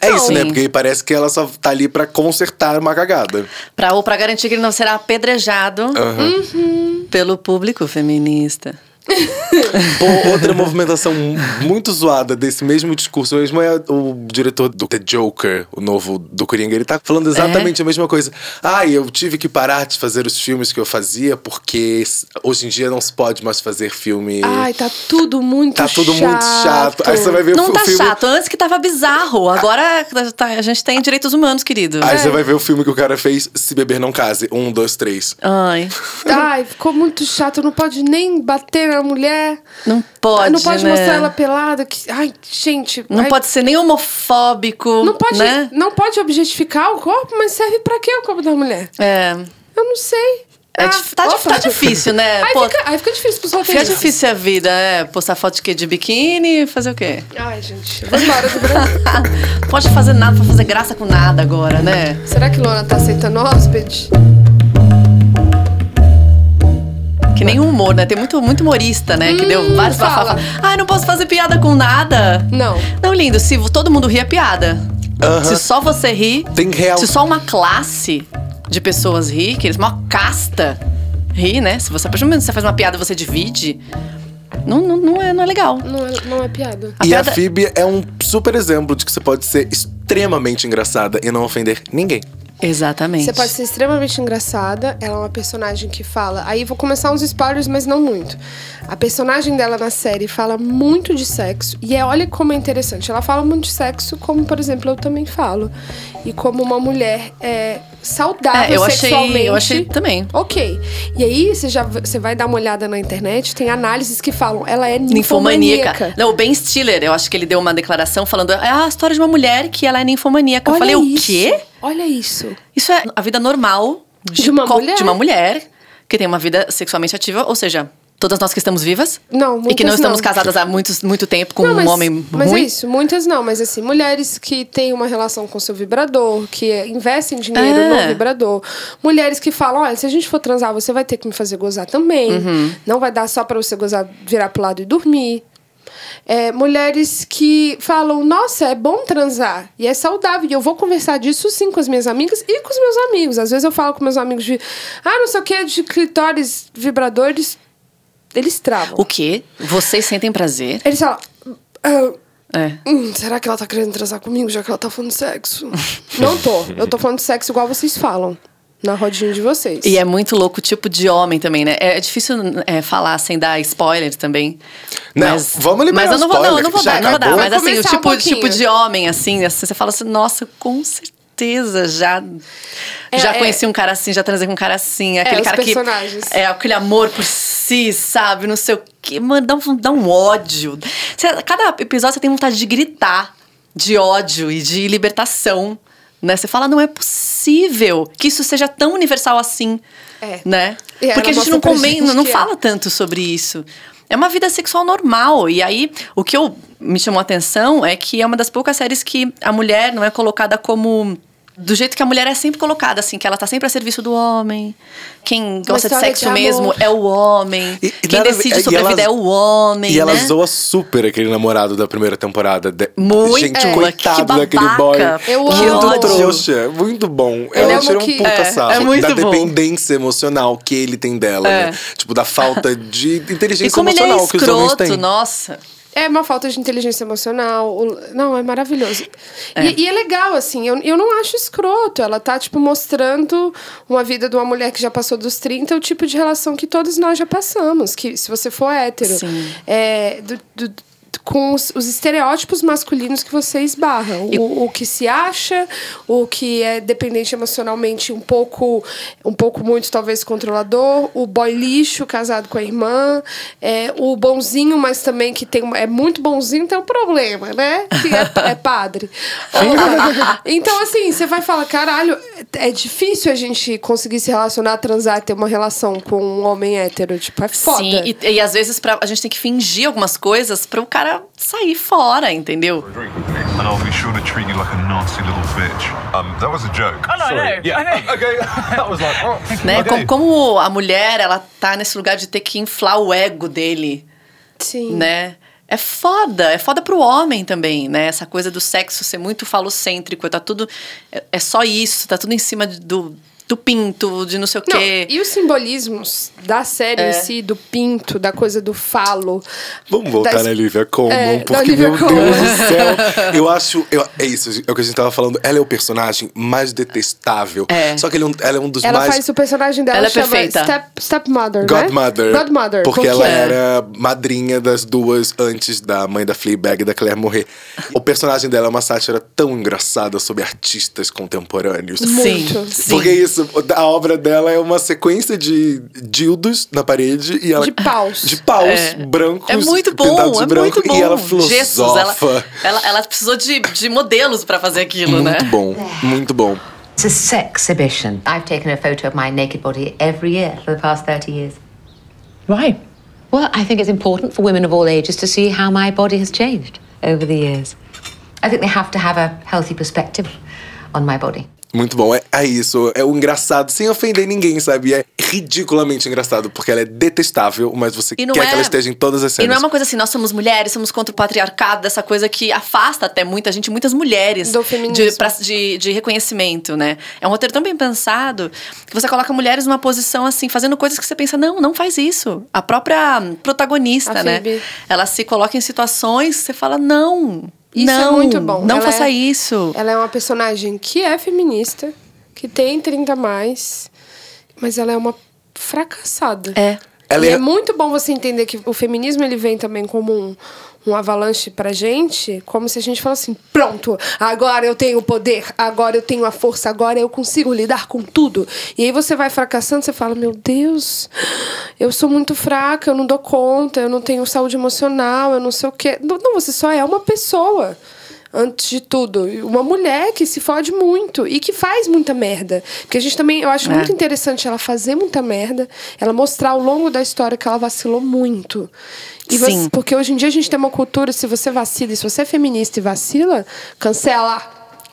Speaker 2: É
Speaker 1: Não.
Speaker 2: isso, né?
Speaker 3: Sim.
Speaker 2: Porque parece que ela só tá ali pra consertar uma cagada.
Speaker 3: Pra, ou pra garantir que ele não será apedrejado
Speaker 1: Uhum.
Speaker 3: pelo público feminista.
Speaker 2: Pô, outra movimentação muito zoada desse mesmo discurso mesmo é o diretor do The Joker, o novo do Coringa. Ele tá falando exatamente a mesma coisa. Ah, eu tive que parar de fazer os filmes que eu fazia porque s- hoje em dia não se pode mais fazer filme.
Speaker 1: Ai, tá tudo muito
Speaker 2: tá
Speaker 1: chato.
Speaker 2: tudo muito chato. Aí você vai ver o
Speaker 3: Não
Speaker 2: fi-
Speaker 3: tá
Speaker 2: filme.
Speaker 3: chato, antes que tava bizarro. Agora tá- a gente tem direitos humanos, querido.
Speaker 2: Aí você vai ver o filme que o cara fez Se Beber Não Case. Um, dois, três.
Speaker 3: Ai.
Speaker 1: Ai, ficou muito chato, não pode nem bater na mulher.
Speaker 3: Não pode,
Speaker 1: Não pode
Speaker 3: né?
Speaker 1: mostrar ela pelada. Que... Ai, gente.
Speaker 3: Não
Speaker 1: ai,
Speaker 3: pode ser nem homofóbico,
Speaker 1: Não pode,
Speaker 3: né?
Speaker 1: não pode objetificar o corpo, mas serve pra quê o corpo da mulher?
Speaker 3: É.
Speaker 1: Eu não sei.
Speaker 3: É
Speaker 1: Ah,
Speaker 3: dif- tá,
Speaker 1: opa.
Speaker 3: tá difícil, né?
Speaker 1: Aí,
Speaker 3: Pô,
Speaker 1: fica, aí fica difícil pro solteiro.
Speaker 3: fica difícil a vida, é. Postar foto de quê? De biquíni? Fazer o quê?
Speaker 1: Ai, gente. eu Vou embora do Brasil.
Speaker 3: Não pode fazer nada, pra fazer graça com nada agora, né?
Speaker 1: Será que Lona tá aceitando hóspede?
Speaker 3: Que nem humor, né? Tem muito, muito humorista, né? que deu vários
Speaker 1: Hum, fala.
Speaker 3: bafafá. Ai, não posso fazer piada com nada.
Speaker 1: Não.
Speaker 3: Não, lindo, se todo mundo ri é piada.
Speaker 2: Aham.
Speaker 3: Se só você ri,
Speaker 2: Tem real-
Speaker 3: se só uma classe de pessoas ri, que eles uma casta ri, né? Se você, a partir do momento que você faz uma piada, você divide, não, não, não é, não é legal.
Speaker 1: Não é, não é piada.
Speaker 2: E a
Speaker 3: piada-
Speaker 2: Phoebe é um super exemplo de que você pode ser extremamente engraçada e não ofender ninguém.
Speaker 3: Exatamente.
Speaker 1: Você pode ser extremamente engraçada. Ela é uma personagem que fala. Aí vou começar uns spoilers, mas não muito. A personagem dela na série fala muito de sexo. E é, olha como é interessante. Ela fala muito de sexo, como, por exemplo, eu também falo. E como uma mulher é saudável
Speaker 3: É, eu achei-
Speaker 1: sexualmente.
Speaker 3: eu achei também.
Speaker 1: Ok. E aí você já você vai dar uma olhada na internet, tem análises que falam, ela é ninfomaníaca.
Speaker 3: Ninfomaníaca. Não, o Ben Stiller, eu acho que ele deu uma declaração falando: é a história de uma mulher que ela é ninfomaníaca. eu
Speaker 1: Olha
Speaker 3: falei:
Speaker 1: isso.
Speaker 3: o quê?
Speaker 1: Olha isso.
Speaker 3: Isso é a vida normal
Speaker 1: De uma
Speaker 3: qual-
Speaker 1: mulher.
Speaker 3: de uma mulher que tem uma vida sexualmente ativa, ou seja, todas nós que estamos vivas.
Speaker 1: Não,
Speaker 3: E que não
Speaker 1: muitas
Speaker 3: estamos
Speaker 1: não.
Speaker 3: casadas há muitos, muito tempo com
Speaker 1: Não,
Speaker 3: um homem
Speaker 1: mas
Speaker 3: ruim.
Speaker 1: é isso, muitas não, mas assim, mulheres que têm uma relação com seu vibrador, que é, investem dinheiro
Speaker 3: É.
Speaker 1: no vibrador, mulheres que falam, olha, se a gente for transar, você vai ter que me fazer gozar também,
Speaker 3: Uhum.
Speaker 1: não vai dar só pra você gozar, virar pro lado e dormir. É, mulheres que falam, nossa, é bom transar e é saudável. E eu vou conversar disso sim com as minhas amigas e com os meus amigos. Às vezes eu falo com meus amigos de, ah, não sei o que, de clitóris, vibradores, eles travam.
Speaker 3: O quê? Vocês sentem prazer?
Speaker 1: Eles falam, "Ah,
Speaker 3: É.
Speaker 1: Hum, será que ela tá querendo transar comigo, já que ela tá falando de sexo? Não tô. Eu tô falando de sexo igual vocês falam. Na rodinha de vocês.
Speaker 3: E é muito louco o tipo de homem também, né? É é difícil é, falar sem dar spoiler também.
Speaker 2: Não,
Speaker 3: mas,
Speaker 2: vamos liberar
Speaker 3: Mas eu não vou, não,
Speaker 2: spoiler,
Speaker 3: eu não vou
Speaker 2: que já
Speaker 3: dar, não vou dar.
Speaker 2: acabou.
Speaker 3: Mas
Speaker 1: Vai
Speaker 3: assim, o
Speaker 1: começar
Speaker 3: tipo,
Speaker 1: um pouquinho.
Speaker 3: tipo de homem, assim, assim, você fala assim, nossa, com certeza, já.
Speaker 1: É,
Speaker 3: já
Speaker 1: é.
Speaker 3: conheci um cara assim, já transei com um cara assim. Aquele
Speaker 1: os
Speaker 3: cara
Speaker 1: personagens.
Speaker 3: que. É, aquele amor por si, sabe? Não sei o quê. Mano, dá um, dá um ódio. Você- cada episódio você tem vontade de gritar de ódio e de libertação. Né? Você fala, não é possível que isso seja tão universal assim.
Speaker 1: É.
Speaker 3: Né?
Speaker 1: E ela
Speaker 3: Porque a gente
Speaker 1: mostra
Speaker 3: não
Speaker 1: pra
Speaker 3: comenta,
Speaker 1: gente
Speaker 3: não
Speaker 1: que é.
Speaker 3: fala fala tanto sobre isso. É uma vida sexual normal. E aí, o que eu, me chamou a atenção é que é uma das poucas séries que a mulher não é colocada como. Do jeito que a mulher é sempre colocada, assim, que ela tá sempre a serviço do homem. Quem gosta de
Speaker 1: história
Speaker 3: sexo
Speaker 1: de
Speaker 3: mesmo
Speaker 1: amor.
Speaker 3: é o homem.
Speaker 2: E- e
Speaker 3: Quem
Speaker 2: nada a ver-
Speaker 3: decide
Speaker 2: e
Speaker 3: sobre a
Speaker 2: ela-
Speaker 3: vida é o homem.
Speaker 2: E ela
Speaker 3: né?
Speaker 2: zoa super aquele namorado da primeira temporada. De...
Speaker 3: Muito,
Speaker 2: Gente,
Speaker 3: é.
Speaker 2: coitado
Speaker 3: Que babaca.
Speaker 2: daquele boy.
Speaker 1: Eu
Speaker 2: muito
Speaker 1: amo.
Speaker 2: trouxa, muito bom.
Speaker 1: é
Speaker 2: ela
Speaker 1: um
Speaker 2: tirou um
Speaker 1: que-
Speaker 2: puta
Speaker 3: é,
Speaker 2: sarro
Speaker 3: é muito
Speaker 2: da
Speaker 3: bom.
Speaker 2: dependência emocional que ele tem dela,
Speaker 3: É.
Speaker 2: né? Tipo, da falta de inteligência
Speaker 3: E como ele
Speaker 2: emocional
Speaker 3: é
Speaker 2: que os homens
Speaker 3: escroto,
Speaker 2: têm.
Speaker 3: nossa.
Speaker 1: É uma falta de inteligência emocional. o- Não, é maravilhoso. E, e é legal, assim, eu, eu não acho escroto. Ela tá, tipo, mostrando uma vida de uma mulher que já passou dos 30, o tipo de relação que todos nós já passamos. Que se você for hétero,
Speaker 3: Sim.
Speaker 1: é, do- do- do- com os, os estereótipos masculinos que você esbarra. O, o que se acha, o que é dependente emocionalmente um pouco, um pouco muito, talvez, controlador, o boy lixo casado com a irmã, é, o bonzinho, mas também que tem, um- é muito bonzinho, tem um problema, né? Que é, é padre. Ou- então, assim, você vai falar, caralho, é difícil a gente conseguir se relacionar, transar, ter uma relação com um homem hétero. Tipo, é foda.
Speaker 3: Sim, e, e às vezes pra, a gente tem que fingir algumas coisas pra o cara sair fora, entendeu?
Speaker 6: and I'll be sure to treat you like a nasty little bitch. Um, that was a joke.
Speaker 4: Oh, no, I know, I know.
Speaker 6: okay. that was like, oh,
Speaker 3: Né?
Speaker 6: okay.
Speaker 3: Como, como a mulher, ela tá nesse lugar de ter que inflar o ego dele,
Speaker 1: Sim.
Speaker 3: né? É foda, é foda pro homem também, né? Essa coisa do sexo ser muito falocêntrico, tá tudo. É, é só isso, tá tudo em cima de- do, do pinto, de não sei o
Speaker 1: Não,
Speaker 3: quê.
Speaker 1: e os simbolismos da série
Speaker 3: É.
Speaker 1: em si, do pinto, da coisa do falo.
Speaker 2: Vamos voltar
Speaker 1: da es-
Speaker 2: na Olivia Colman,
Speaker 1: É, da
Speaker 2: porque,
Speaker 1: Olivia
Speaker 2: meu
Speaker 1: Colman.
Speaker 2: Deus do céu, eu Eu acho. eu- é isso, é o que a gente tava falando. Ela é o personagem mais detestável.
Speaker 3: É.
Speaker 2: Só que ele é um, ela é um dos
Speaker 1: Ela
Speaker 2: mais.
Speaker 1: faz o personagem dela
Speaker 3: Ela é
Speaker 1: chama
Speaker 3: perfeita.
Speaker 1: Step, Stepmother,
Speaker 2: Godmother.
Speaker 1: né? Godmother.
Speaker 2: Porque, ela
Speaker 1: é.
Speaker 2: era madrinha das duas antes da mãe da Fleabag e da Claire morrer. O personagem dela é uma sátira tão engraçada sobre artistas contemporâneos.
Speaker 1: Muito.
Speaker 3: Sim, sim.
Speaker 2: Porque isso, a obra dela é uma sequência de dildos na parede e ela
Speaker 1: De paus.
Speaker 2: De paus
Speaker 3: É.
Speaker 2: brancos.
Speaker 3: É muito
Speaker 2: pintados
Speaker 3: bom,
Speaker 2: de
Speaker 3: é
Speaker 2: branco,
Speaker 3: muito bom.
Speaker 2: E ela
Speaker 3: Gestos, ela,
Speaker 2: filosofa.
Speaker 3: ela, ela precisou de, de modelos pra fazer aquilo, né?
Speaker 2: Muito bom, muito bom.
Speaker 7: It's a sex exhibition. I've taken a photo of my naked body every year for the past 30 years.
Speaker 8: Why?
Speaker 7: Well, I think it's important for women of all ages to see how my body has changed over the years. I think they have to have a healthy perspective on my body.
Speaker 2: Muito bom, é, é isso. É o engraçado, sem ofender ninguém, sabe? É ridiculamente engraçado, porque ela é detestável, mas você
Speaker 3: E
Speaker 2: quer
Speaker 3: não é-
Speaker 2: que ela esteja em todas as cenas.
Speaker 3: E não é uma coisa assim, nós somos mulheres, somos contra o patriarcado, dessa coisa que afasta até muita gente, muitas mulheres
Speaker 1: Do
Speaker 3: de,
Speaker 1: feminismo.
Speaker 3: pra- de, de reconhecimento, né? É um roteiro tão bem pensado que você coloca mulheres numa posição assim, fazendo coisas que você pensa, não, não faz isso. A própria protagonista,
Speaker 1: A
Speaker 3: né?
Speaker 1: Phoebe.
Speaker 3: Ela se coloca em situações que você fala, não.
Speaker 1: Isso
Speaker 3: não,
Speaker 1: é muito bom.
Speaker 3: Não
Speaker 1: Ela
Speaker 3: faça
Speaker 1: é-
Speaker 3: isso.
Speaker 1: Ela é uma personagem que é feminista, que tem 30 a mais, mas ela é uma fracassada.
Speaker 3: É.
Speaker 2: Ela
Speaker 1: E
Speaker 2: é-
Speaker 1: é muito bom você entender que o feminismo ele vem também como um, um avalanche pra gente, como se a gente falasse assim: pronto, agora eu tenho o poder, agora eu tenho a força, agora eu consigo lidar com tudo. E aí você vai fracassando, você fala: meu Deus, eu sou muito fraca, eu não dou conta, eu não tenho saúde emocional, eu não sei o quê. Não, não, você só é uma pessoa. Antes de tudo, uma mulher que se fode muito e que faz muita merda. Porque a gente também, eu acho
Speaker 3: É.
Speaker 1: muito interessante ela fazer muita merda, ela mostrar ao longo da história que ela vacilou muito. E você-
Speaker 3: Sim.
Speaker 1: porque hoje em dia a gente tem uma cultura, se você vacila, e se você é feminista e vacila, cancela.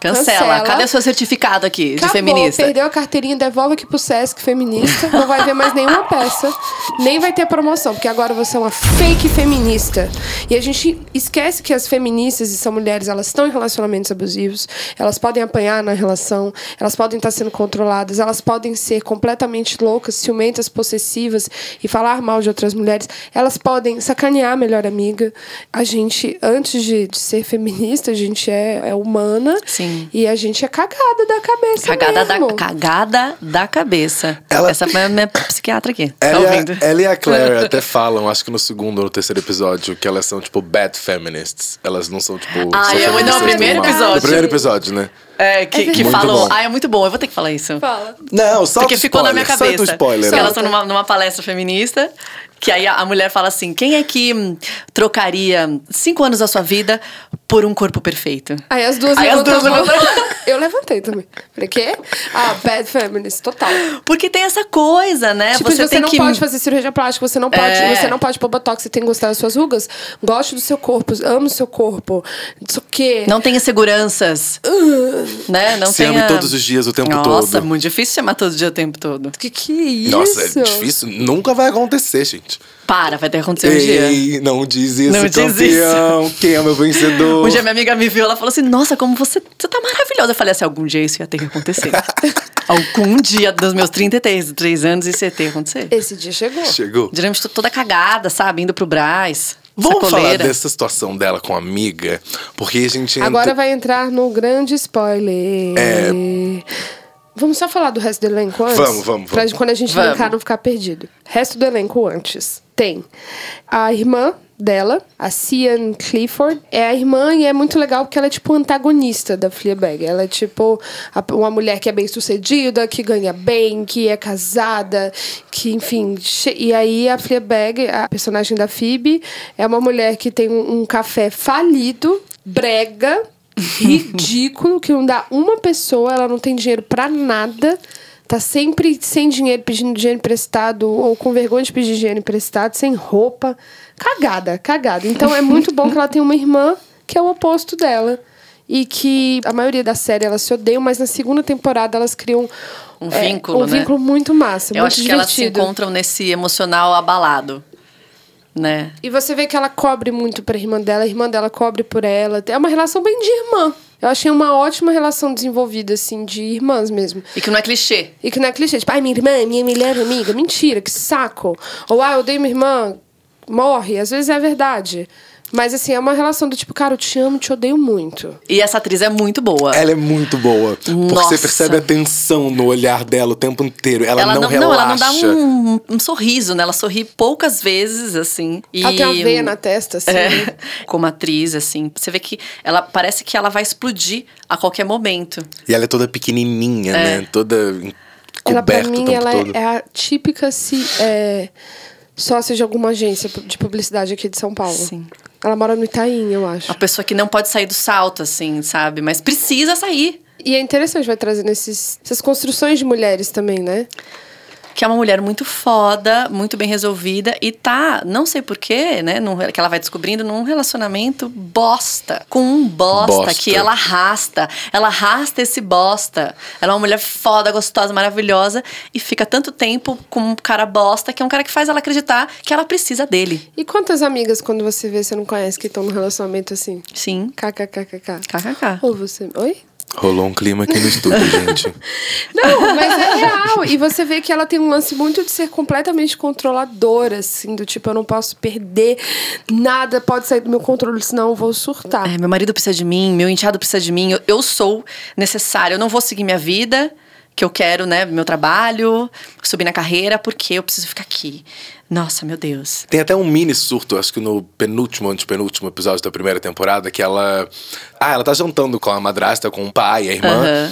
Speaker 3: Cancela. Cadê o seu certificado aqui de
Speaker 1: Acabou,
Speaker 3: feminista?
Speaker 1: Perdeu a carteirinha, devolve aqui pro Sesc feminista. Não vai ver mais nenhuma peça. Nem vai ter promoção, porque agora você é uma fake feminista. E a gente esquece que as feministas e são mulheres, elas estão em relacionamentos abusivos, elas podem apanhar na relação, elas podem estar sendo controladas, elas podem ser completamente loucas, ciumentas, possessivas e falar mal de outras mulheres. Elas podem sacanear a melhor amiga. A gente, antes de, de ser feminista, a gente é, é humana.
Speaker 3: Sim.
Speaker 1: E a gente é cagada da cabeça
Speaker 3: Cagada da,
Speaker 1: mesmo.
Speaker 3: cagada da cabeça.
Speaker 2: Ela-
Speaker 3: Essa é a minha psiquiatra aqui. Tá
Speaker 2: Ela, e
Speaker 3: ouvindo?
Speaker 2: a- ela e a Claire até falam, acho que no segundo ou no terceiro episódio, que elas são, tipo, bad feminists. Elas não são, tipo.
Speaker 3: Ah,
Speaker 2: só
Speaker 3: é,
Speaker 2: feministas
Speaker 1: não, no primeiro
Speaker 2: normais.
Speaker 1: episódio.
Speaker 2: No primeiro episódio, né?
Speaker 3: É, que, que
Speaker 2: Muito
Speaker 3: falou.
Speaker 2: bom.
Speaker 3: Ah, é muito bom, eu vou ter que falar isso.
Speaker 1: Fala.
Speaker 2: Não, solta
Speaker 3: Porque
Speaker 2: o
Speaker 3: ficou na minha
Speaker 2: spoiler, solta
Speaker 3: cabeça.
Speaker 2: o spoiler. né?
Speaker 3: que elas
Speaker 1: Solta.
Speaker 3: estão numa, numa palestra feminista, que aí a, a mulher fala assim: quem é que hum, trocaria cinco anos da sua vida por um corpo perfeito?
Speaker 1: Aí as duas
Speaker 3: Aí as
Speaker 1: levantam
Speaker 3: duas
Speaker 1: a mão.
Speaker 3: levantam.
Speaker 1: Eu levantei também. Falei, quê? Ah, bad feminist, total.
Speaker 3: Porque tem essa coisa, né?
Speaker 1: Tipo, você,
Speaker 3: tem
Speaker 1: não
Speaker 3: que.
Speaker 1: pode fazer cirurgia plástica, você não pode,
Speaker 3: É.
Speaker 1: você não pode pôr botox, você tem que gostar das suas rugas. Goste do seu corpo, amo o seu corpo. Isso o quê?
Speaker 3: Não tem inseguranças.
Speaker 1: Uh.
Speaker 3: né? Não
Speaker 2: Se
Speaker 3: tem
Speaker 2: ame
Speaker 3: a-
Speaker 2: todos os dias, o tempo
Speaker 3: Nossa,
Speaker 2: todo.
Speaker 3: muito difícil se amar todo dia o tempo todo.
Speaker 1: Que que é isso?
Speaker 2: Nossa, é difícil. Nunca vai acontecer, gente.
Speaker 3: Para, vai ter que acontecer um dia.
Speaker 2: Ei, não diz isso,
Speaker 3: Não diz
Speaker 2: campeão. Quem é o meu vencedor?
Speaker 3: Um dia minha amiga me viu, ela falou assim: Nossa, como você, você tá maravilhosa. Eu falei assim: Algum dia isso ia ter que acontecer. Algum dia dos meus 33 três anos isso ia ter que acontecer.
Speaker 1: Esse dia chegou.
Speaker 2: Chegou.
Speaker 3: Geralmente tô toda cagada, sabe? Indo pro Brás.
Speaker 2: Vamos falar
Speaker 3: sacoleira.
Speaker 2: dessa situação dela com a amiga, porque a gente entra-
Speaker 1: Agora vai entrar no grande spoiler.
Speaker 2: É.
Speaker 1: Vamos só falar do resto do elenco antes?
Speaker 2: Vamos, vamos,
Speaker 1: Pra
Speaker 2: vamos.
Speaker 1: quando a gente
Speaker 3: Vamos.
Speaker 1: brincar não ficar perdido. Resto do elenco antes. Tem a irmã dela, a Cian Clifford. É a irmã e é muito legal porque ela é tipo antagonista da Fleabag. Ela é tipo a- uma mulher que é bem sucedida, que ganha bem, que é casada, que enfim... che- E aí a Fleabag, a personagem da Phoebe, é uma mulher que tem um- um café falido, brega ridículo que não dá uma pessoa, ela não tem dinheiro pra nada. Tá sempre sem dinheiro, pedindo dinheiro emprestado, ou com vergonha de pedir dinheiro emprestado, sem roupa. Cagada, cagada. Então é muito bom que ela tem uma irmã que é o oposto dela. E que a maioria da série elas se odeiam, mas na segunda temporada elas criam
Speaker 3: Um
Speaker 1: é,
Speaker 3: vínculo,
Speaker 1: um
Speaker 3: né?
Speaker 1: vínculo muito massa,
Speaker 3: Eu
Speaker 1: muito
Speaker 3: acho que elas se
Speaker 1: divertido.
Speaker 3: encontram nesse emocional abalado. Né?
Speaker 1: E você vê que ela cobre muito pra irmã dela, a irmã dela cobre por ela. É uma relação bem de irmã. Eu achei uma ótima relação desenvolvida, assim, de irmãs mesmo.
Speaker 3: E que não é clichê.
Speaker 1: E que não é clichê, tipo, ai, minha irmã, minha melhor amiga. Mentira, que saco. Ou, ah, eu odeio minha irmã, morre. Às vezes é verdade. Mas assim, é uma relação do tipo, cara, eu te amo, te odeio muito.
Speaker 3: E essa atriz é muito boa.
Speaker 2: Ela é muito boa. Porque
Speaker 3: Nossa.
Speaker 2: você percebe a tensão no olhar dela o tempo inteiro. Ela, não, relaxa.
Speaker 3: ela não dá um, um sorriso, né? Ela sorri poucas vezes, assim. E...
Speaker 1: Ela tem uma veia na testa, assim.
Speaker 3: É, como atriz, assim. Você vê que ela parece que ela vai explodir a qualquer momento.
Speaker 2: E ela é toda pequenininha,
Speaker 3: É.
Speaker 2: né? Toda em-
Speaker 1: Ela, pra
Speaker 2: coberta o
Speaker 1: mim,
Speaker 2: tempo
Speaker 1: ela é-
Speaker 2: todo.
Speaker 1: é a típica se, é, sócia de alguma agência de publicidade aqui de São Paulo.
Speaker 3: Sim.
Speaker 1: Ela mora no Itaim, eu acho.
Speaker 3: A pessoa que não pode sair do salto, assim, sabe? Mas precisa sair.
Speaker 1: E é interessante, vai trazendo esses, essas construções de mulheres também, né?
Speaker 3: Que é uma mulher muito foda, muito bem resolvida e tá, não sei porquê, né? num- que ela vai descobrindo num relacionamento bosta. Com um bosta,
Speaker 2: Bosta.
Speaker 3: que ela arrasta. Ela arrasta esse bosta. Ela é uma mulher foda, gostosa, maravilhosa e fica tanto tempo com um cara bosta que é um cara que faz ela acreditar que ela precisa dele.
Speaker 1: E quantas amigas, quando você vê, você não conhece, que estão num relacionamento assim?
Speaker 3: Sim.
Speaker 1: KKKKK.
Speaker 3: KKK.
Speaker 1: Ou você. Oi?
Speaker 2: Rolou um clima aqui no estúdio, gente.
Speaker 1: Não, mas é real. E você vê que ela tem um lance muito de ser completamente controladora, assim, do tipo, eu não posso perder nada, pode sair do meu controle, senão eu vou surtar.
Speaker 3: É, meu marido precisa de mim, meu enteado precisa de mim, eu, eu sou necessário, eu não vou seguir minha vida, que eu quero, né, meu trabalho, subir na carreira, porque eu preciso ficar aqui. Nossa, meu Deus.
Speaker 2: Tem até um mini surto, acho que no penúltimo, antepenúltimo episódio da primeira temporada, que ela. Ah, ela tá jantando com a madrasta, com o pai, a irmã.
Speaker 3: Aham.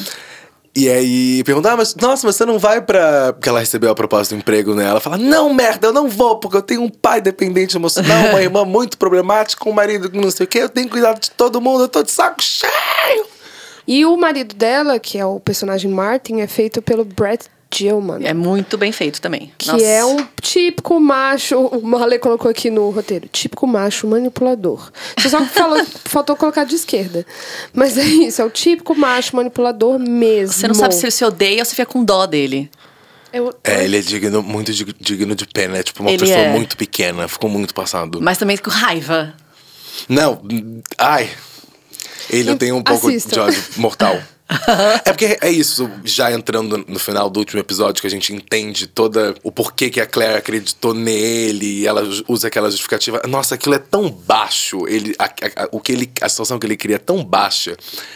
Speaker 2: E aí pergunta, ah, mas nossa, mas você não vai pra. Porque ela recebeu a proposta do emprego, né? Ela fala, não, merda, eu não vou, porque eu tenho um pai dependente emocional, uma irmã muito problemática, um marido que não sei o quê, eu tenho cuidado de todo mundo, eu tô de saco cheio.
Speaker 1: E o marido dela, que é o personagem Martin, é feito pelo Brett Gilman.
Speaker 3: É muito bem feito também.
Speaker 1: Que é um típico macho, o Marley colocou aqui no roteiro, típico macho manipulador. Você só que falou, faltou colocar de esquerda. Mas é isso, é o típico macho manipulador mesmo.
Speaker 3: Você não sabe se ele se odeia ou se fica com dó dele.
Speaker 1: Eu-
Speaker 2: É, ele é digno, muito dig- digno de pena, é tipo uma
Speaker 3: Ele
Speaker 2: pessoa
Speaker 3: é.
Speaker 2: muito pequena, ficou muito passado.
Speaker 3: Mas também com raiva.
Speaker 2: Não, ai. Ele, eu tenho um pouco
Speaker 1: Assista.
Speaker 2: de ódio mortal. é porque é isso, já entrando no final do último episódio, que a gente entende toda o porquê que a Claire acreditou nele e ela ju- usa aquela justificativa. Nossa, aquilo é tão baixo. Ele, a, a- a- o que ele, a situação que ele cria é tão baixa.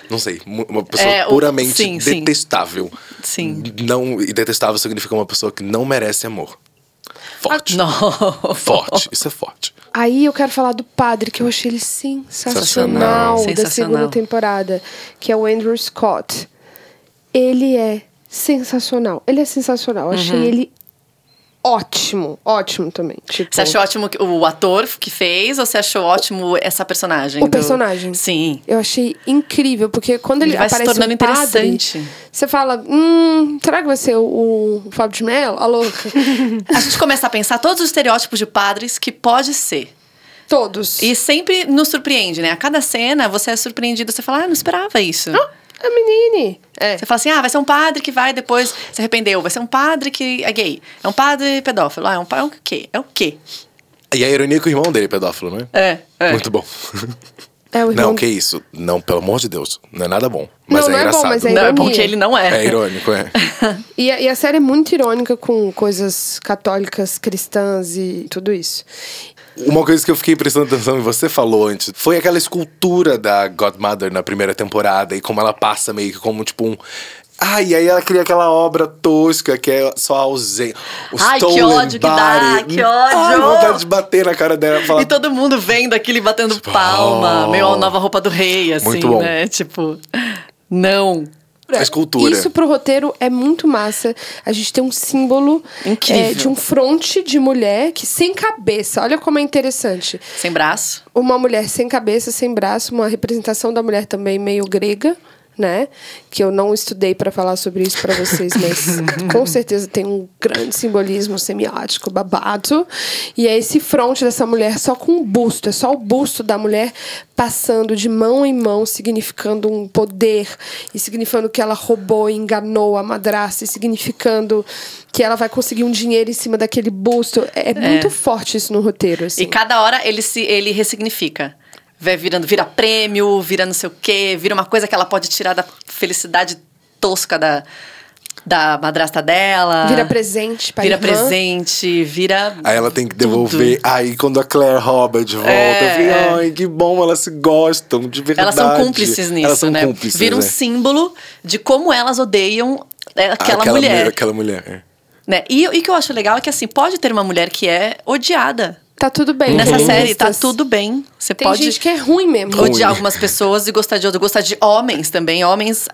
Speaker 2: Não sei, mu- uma pessoa
Speaker 3: É, o-
Speaker 2: puramente
Speaker 3: sim, sim.
Speaker 2: detestável.
Speaker 3: Sim.
Speaker 2: Não, e detestável significa uma pessoa que não merece amor. Forte.
Speaker 3: Ah, Não.
Speaker 2: Forte. Isso é forte.
Speaker 1: Aí eu quero falar do padre, que eu achei ele sensacional,
Speaker 2: Sensacional.
Speaker 1: da segunda
Speaker 3: Sensacional.
Speaker 1: temporada, que é o Andrew Scott. Ele é sensacional. Ele é sensacional. Eu
Speaker 3: Uhum.
Speaker 1: Achei ele ótimo. Ótimo também. Tipo,
Speaker 3: Você achou ótimo que- o ator que fez ou você achou ótimo essa personagem?
Speaker 1: O
Speaker 3: do-
Speaker 1: personagem.
Speaker 3: Sim.
Speaker 1: Eu achei incrível, porque quando ele,
Speaker 3: Ele vai se
Speaker 1: aparece
Speaker 3: tornando
Speaker 1: um padre,
Speaker 3: interessante.
Speaker 1: Você fala, hum, será que vai ser o, o Fábio de Mello? A louca.
Speaker 3: A gente começa a pensar todos os estereótipos de padres que pode ser.
Speaker 1: Todos.
Speaker 3: E sempre nos surpreende, né? A cada cena você é surpreendido, você fala, ah, não esperava isso.
Speaker 1: A menine. É.
Speaker 3: Você fala assim, ah, vai ser um padre que vai depois se arrependeu, vai ser um padre que é gay, é um padre pedófilo, ah, é um padre é o quê? É o quê?
Speaker 2: E a ironia é que o irmão dele é pedófilo, né?
Speaker 3: É, é.
Speaker 2: Muito bom.
Speaker 1: É o irmão.
Speaker 2: Não, que isso. Não, pelo amor de Deus. Não é nada bom. Mas
Speaker 1: Não,
Speaker 2: é
Speaker 1: não é bom,
Speaker 2: engraçado.
Speaker 1: mas é
Speaker 3: Não, é
Speaker 1: ironia.
Speaker 3: porque ele não é.
Speaker 2: É irônico, é.
Speaker 1: E a, e a série é muito irônica com coisas católicas, cristãs e tudo isso.
Speaker 2: Uma coisa que eu fiquei prestando atenção e você falou antes foi aquela escultura da Godmother na primeira temporada e como ela passa meio que como tipo um. Ah, e aí ela cria aquela obra tosca que é só ausência.
Speaker 3: Ai, que ódio que dá, que
Speaker 2: Ai,
Speaker 3: ódio!
Speaker 2: vontade de bater na cara dela e falar.
Speaker 3: E todo mundo vendo aquele batendo
Speaker 2: Tipo,
Speaker 3: palma,
Speaker 2: oh.
Speaker 3: meio a nova roupa do rei, assim,
Speaker 2: Muito bom.
Speaker 3: né? Tipo, não.
Speaker 2: A escultura.
Speaker 1: Isso pro roteiro é muito massa. A gente tem um símbolo
Speaker 3: Incrível.
Speaker 1: é, de um fronte de mulher que sem cabeça. Olha como é interessante.
Speaker 3: Sem braço.
Speaker 1: uma mulher sem cabeça, sem braço, uma representação da mulher também meio grega, né? Que eu não estudei pra falar sobre isso pra vocês, mas com certeza tem um grande simbolismo semiótico babado. E é esse fronte dessa mulher só com um busto, é só o busto da mulher passando de mão em mão, significando um poder e significando que ela roubou e enganou a madrasta, e significando que ela vai conseguir um dinheiro em cima daquele busto. É, é muito forte isso no roteiro, assim.
Speaker 3: E cada hora ele se ele ressignifica. Vai virando, vira prêmio, vira não sei o quê, vira uma coisa que ela pode tirar da felicidade tosca da, da madrasta dela.
Speaker 1: Vira presente pra
Speaker 3: Vira
Speaker 1: irmã.
Speaker 3: presente, vira.
Speaker 2: Aí ela tem que devolver. Aí quando a Claire rouba de volta, eu falei,
Speaker 3: é.
Speaker 2: ai, que bom, elas se gostam, de verdade.
Speaker 3: Elas são cúmplices nisso,
Speaker 2: Elas são
Speaker 3: né?
Speaker 2: cúmplices,
Speaker 3: vira um
Speaker 2: é.
Speaker 3: símbolo de como elas odeiam é, aquela,
Speaker 2: Ah, aquela
Speaker 3: mulher.
Speaker 2: Aquela mulher, é.
Speaker 3: Né? E o que eu acho legal é que assim, pode ter uma mulher que é odiada.
Speaker 1: Tá tudo
Speaker 2: Uhum.
Speaker 1: bem.
Speaker 3: Nessa
Speaker 1: tem
Speaker 3: série, tá
Speaker 1: listas.
Speaker 3: tudo bem. Você
Speaker 1: Tem
Speaker 3: pode
Speaker 1: gente que é ruim mesmo.
Speaker 2: Ruim.
Speaker 3: odiar algumas pessoas e gostar de outras, gostar de homens também, homens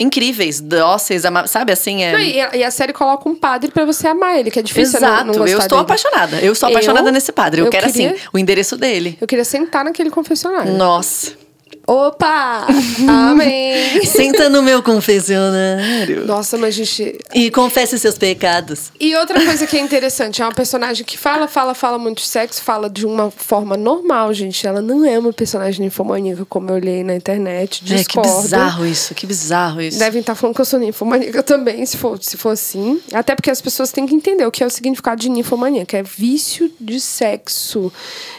Speaker 3: incríveis, dóceis, ama- sabe assim? É...
Speaker 1: Não, E a, e a série coloca um padre pra você amar ele, que é difícil você não-
Speaker 3: Exato,
Speaker 1: não, gostar
Speaker 3: eu estou
Speaker 1: dele.
Speaker 3: apaixonada. Eu estou apaixonada
Speaker 1: Eu-
Speaker 3: nesse padre. Eu,
Speaker 1: eu
Speaker 3: quero,
Speaker 1: queria- É.
Speaker 3: assim, o endereço dele.
Speaker 1: Eu queria sentar naquele confessionário.
Speaker 3: Nossa.
Speaker 1: Opa! Amém!
Speaker 3: Senta no meu confessionário
Speaker 1: Nossa, mas gente.
Speaker 3: e confesse seus pecados.
Speaker 1: E outra coisa que é interessante, é uma personagem que fala, fala, fala muito de sexo, fala de uma forma normal, gente. Ela não é uma personagem ninfomaníaca, como eu olhei na internet.
Speaker 3: É, que
Speaker 1: Discordo.
Speaker 3: bizarro isso, que bizarro isso.
Speaker 1: Devem estar falando que eu sou ninfomaníaca também, se for, se for assim. Até porque as pessoas têm que entender o que é o significado de ninfomaníaca. É vício de sexo.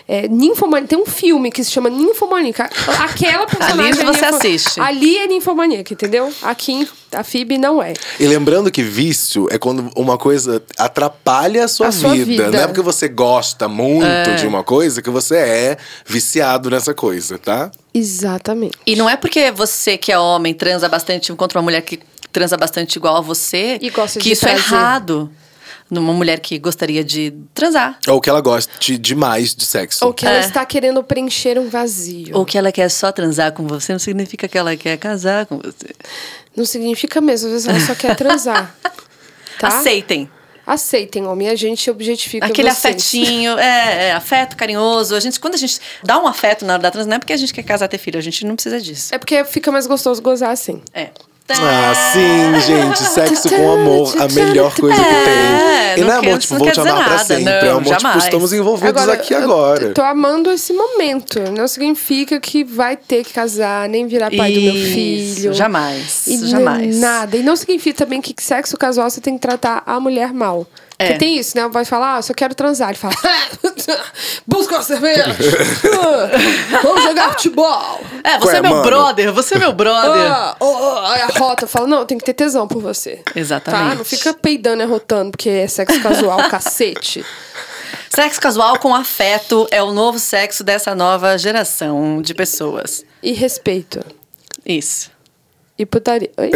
Speaker 1: É, ninfomaníaca. Tem um filme que se chama Ninfomaníaca. Aquela personagem... é
Speaker 3: você
Speaker 1: ninfo-
Speaker 3: assiste.
Speaker 1: Ali é ninfomaníaca, entendeu? Aqui, a Phoebe não é.
Speaker 2: E lembrando que vício é quando uma coisa atrapalha a sua,
Speaker 1: A sua
Speaker 2: vida.
Speaker 1: vida.
Speaker 2: Não é porque você gosta muito
Speaker 3: É.
Speaker 2: de uma coisa que você é viciado nessa coisa, tá?
Speaker 1: Exatamente.
Speaker 3: E não é porque você que é homem transa bastante encontra uma mulher que transa bastante igual a você
Speaker 1: E gosta
Speaker 3: que
Speaker 1: de
Speaker 3: isso é
Speaker 1: trazer.
Speaker 3: errado. Numa mulher que gostaria de transar.
Speaker 2: Ou que ela goste demais de sexo.
Speaker 1: Ou que ela
Speaker 3: É.
Speaker 1: está querendo preencher um vazio.
Speaker 3: Ou que ela quer só transar com você, não significa que ela quer casar com você.
Speaker 1: Não significa mesmo, às vezes ela só quer transar. Tá?
Speaker 3: Aceitem.
Speaker 1: Aceitem, homem. A gente objetifica
Speaker 3: Aquele
Speaker 1: vocês.
Speaker 3: afetinho, é, é, afeto carinhoso. A gente, quando a gente dá um afeto na hora da trans, não é porque a gente quer casar ter filho, a gente não precisa disso.
Speaker 1: É porque fica mais gostoso gozar assim.
Speaker 3: É.
Speaker 2: Ah, sim, gente. Sexo com amor, a melhor coisa que
Speaker 3: É,
Speaker 2: tem. E não é
Speaker 3: não
Speaker 2: amor,
Speaker 3: quer-
Speaker 2: tipo,
Speaker 3: não
Speaker 2: vou
Speaker 3: quer
Speaker 2: te
Speaker 3: dizer
Speaker 2: amar pra
Speaker 3: nada.
Speaker 2: sempre.
Speaker 3: Não,
Speaker 2: é amor, tipo,
Speaker 3: jamais.
Speaker 2: estamos envolvidos aqui agora.
Speaker 1: Eu tô amando esse momento. Não significa que vai ter que casar, nem virar pai do meu
Speaker 3: Isso,
Speaker 1: filho.
Speaker 3: jamais,
Speaker 1: E
Speaker 3: jamais.
Speaker 1: n- Nada. E não significa também que sexo casual você tem que tratar a mulher mal.
Speaker 3: É.
Speaker 1: Porque tem isso, né? Vai falar, ah, eu só quero transar. Ele fala, busca uma cerveja. Vamos jogar futebol.
Speaker 3: É,
Speaker 2: Qual
Speaker 3: você
Speaker 2: é,
Speaker 3: é meu
Speaker 2: mano?
Speaker 3: brother, você é meu brother.
Speaker 1: Ah, oh, oh. Aí a rota fala, não, tem que ter tesão por você.
Speaker 3: Exatamente.
Speaker 1: Tá? Não fica peidando e rotando, porque é sexo casual, cacete.
Speaker 3: Sexo casual com afeto é o novo sexo dessa nova geração de pessoas.
Speaker 1: E respeito.
Speaker 3: Isso.
Speaker 1: E putaria. Oi?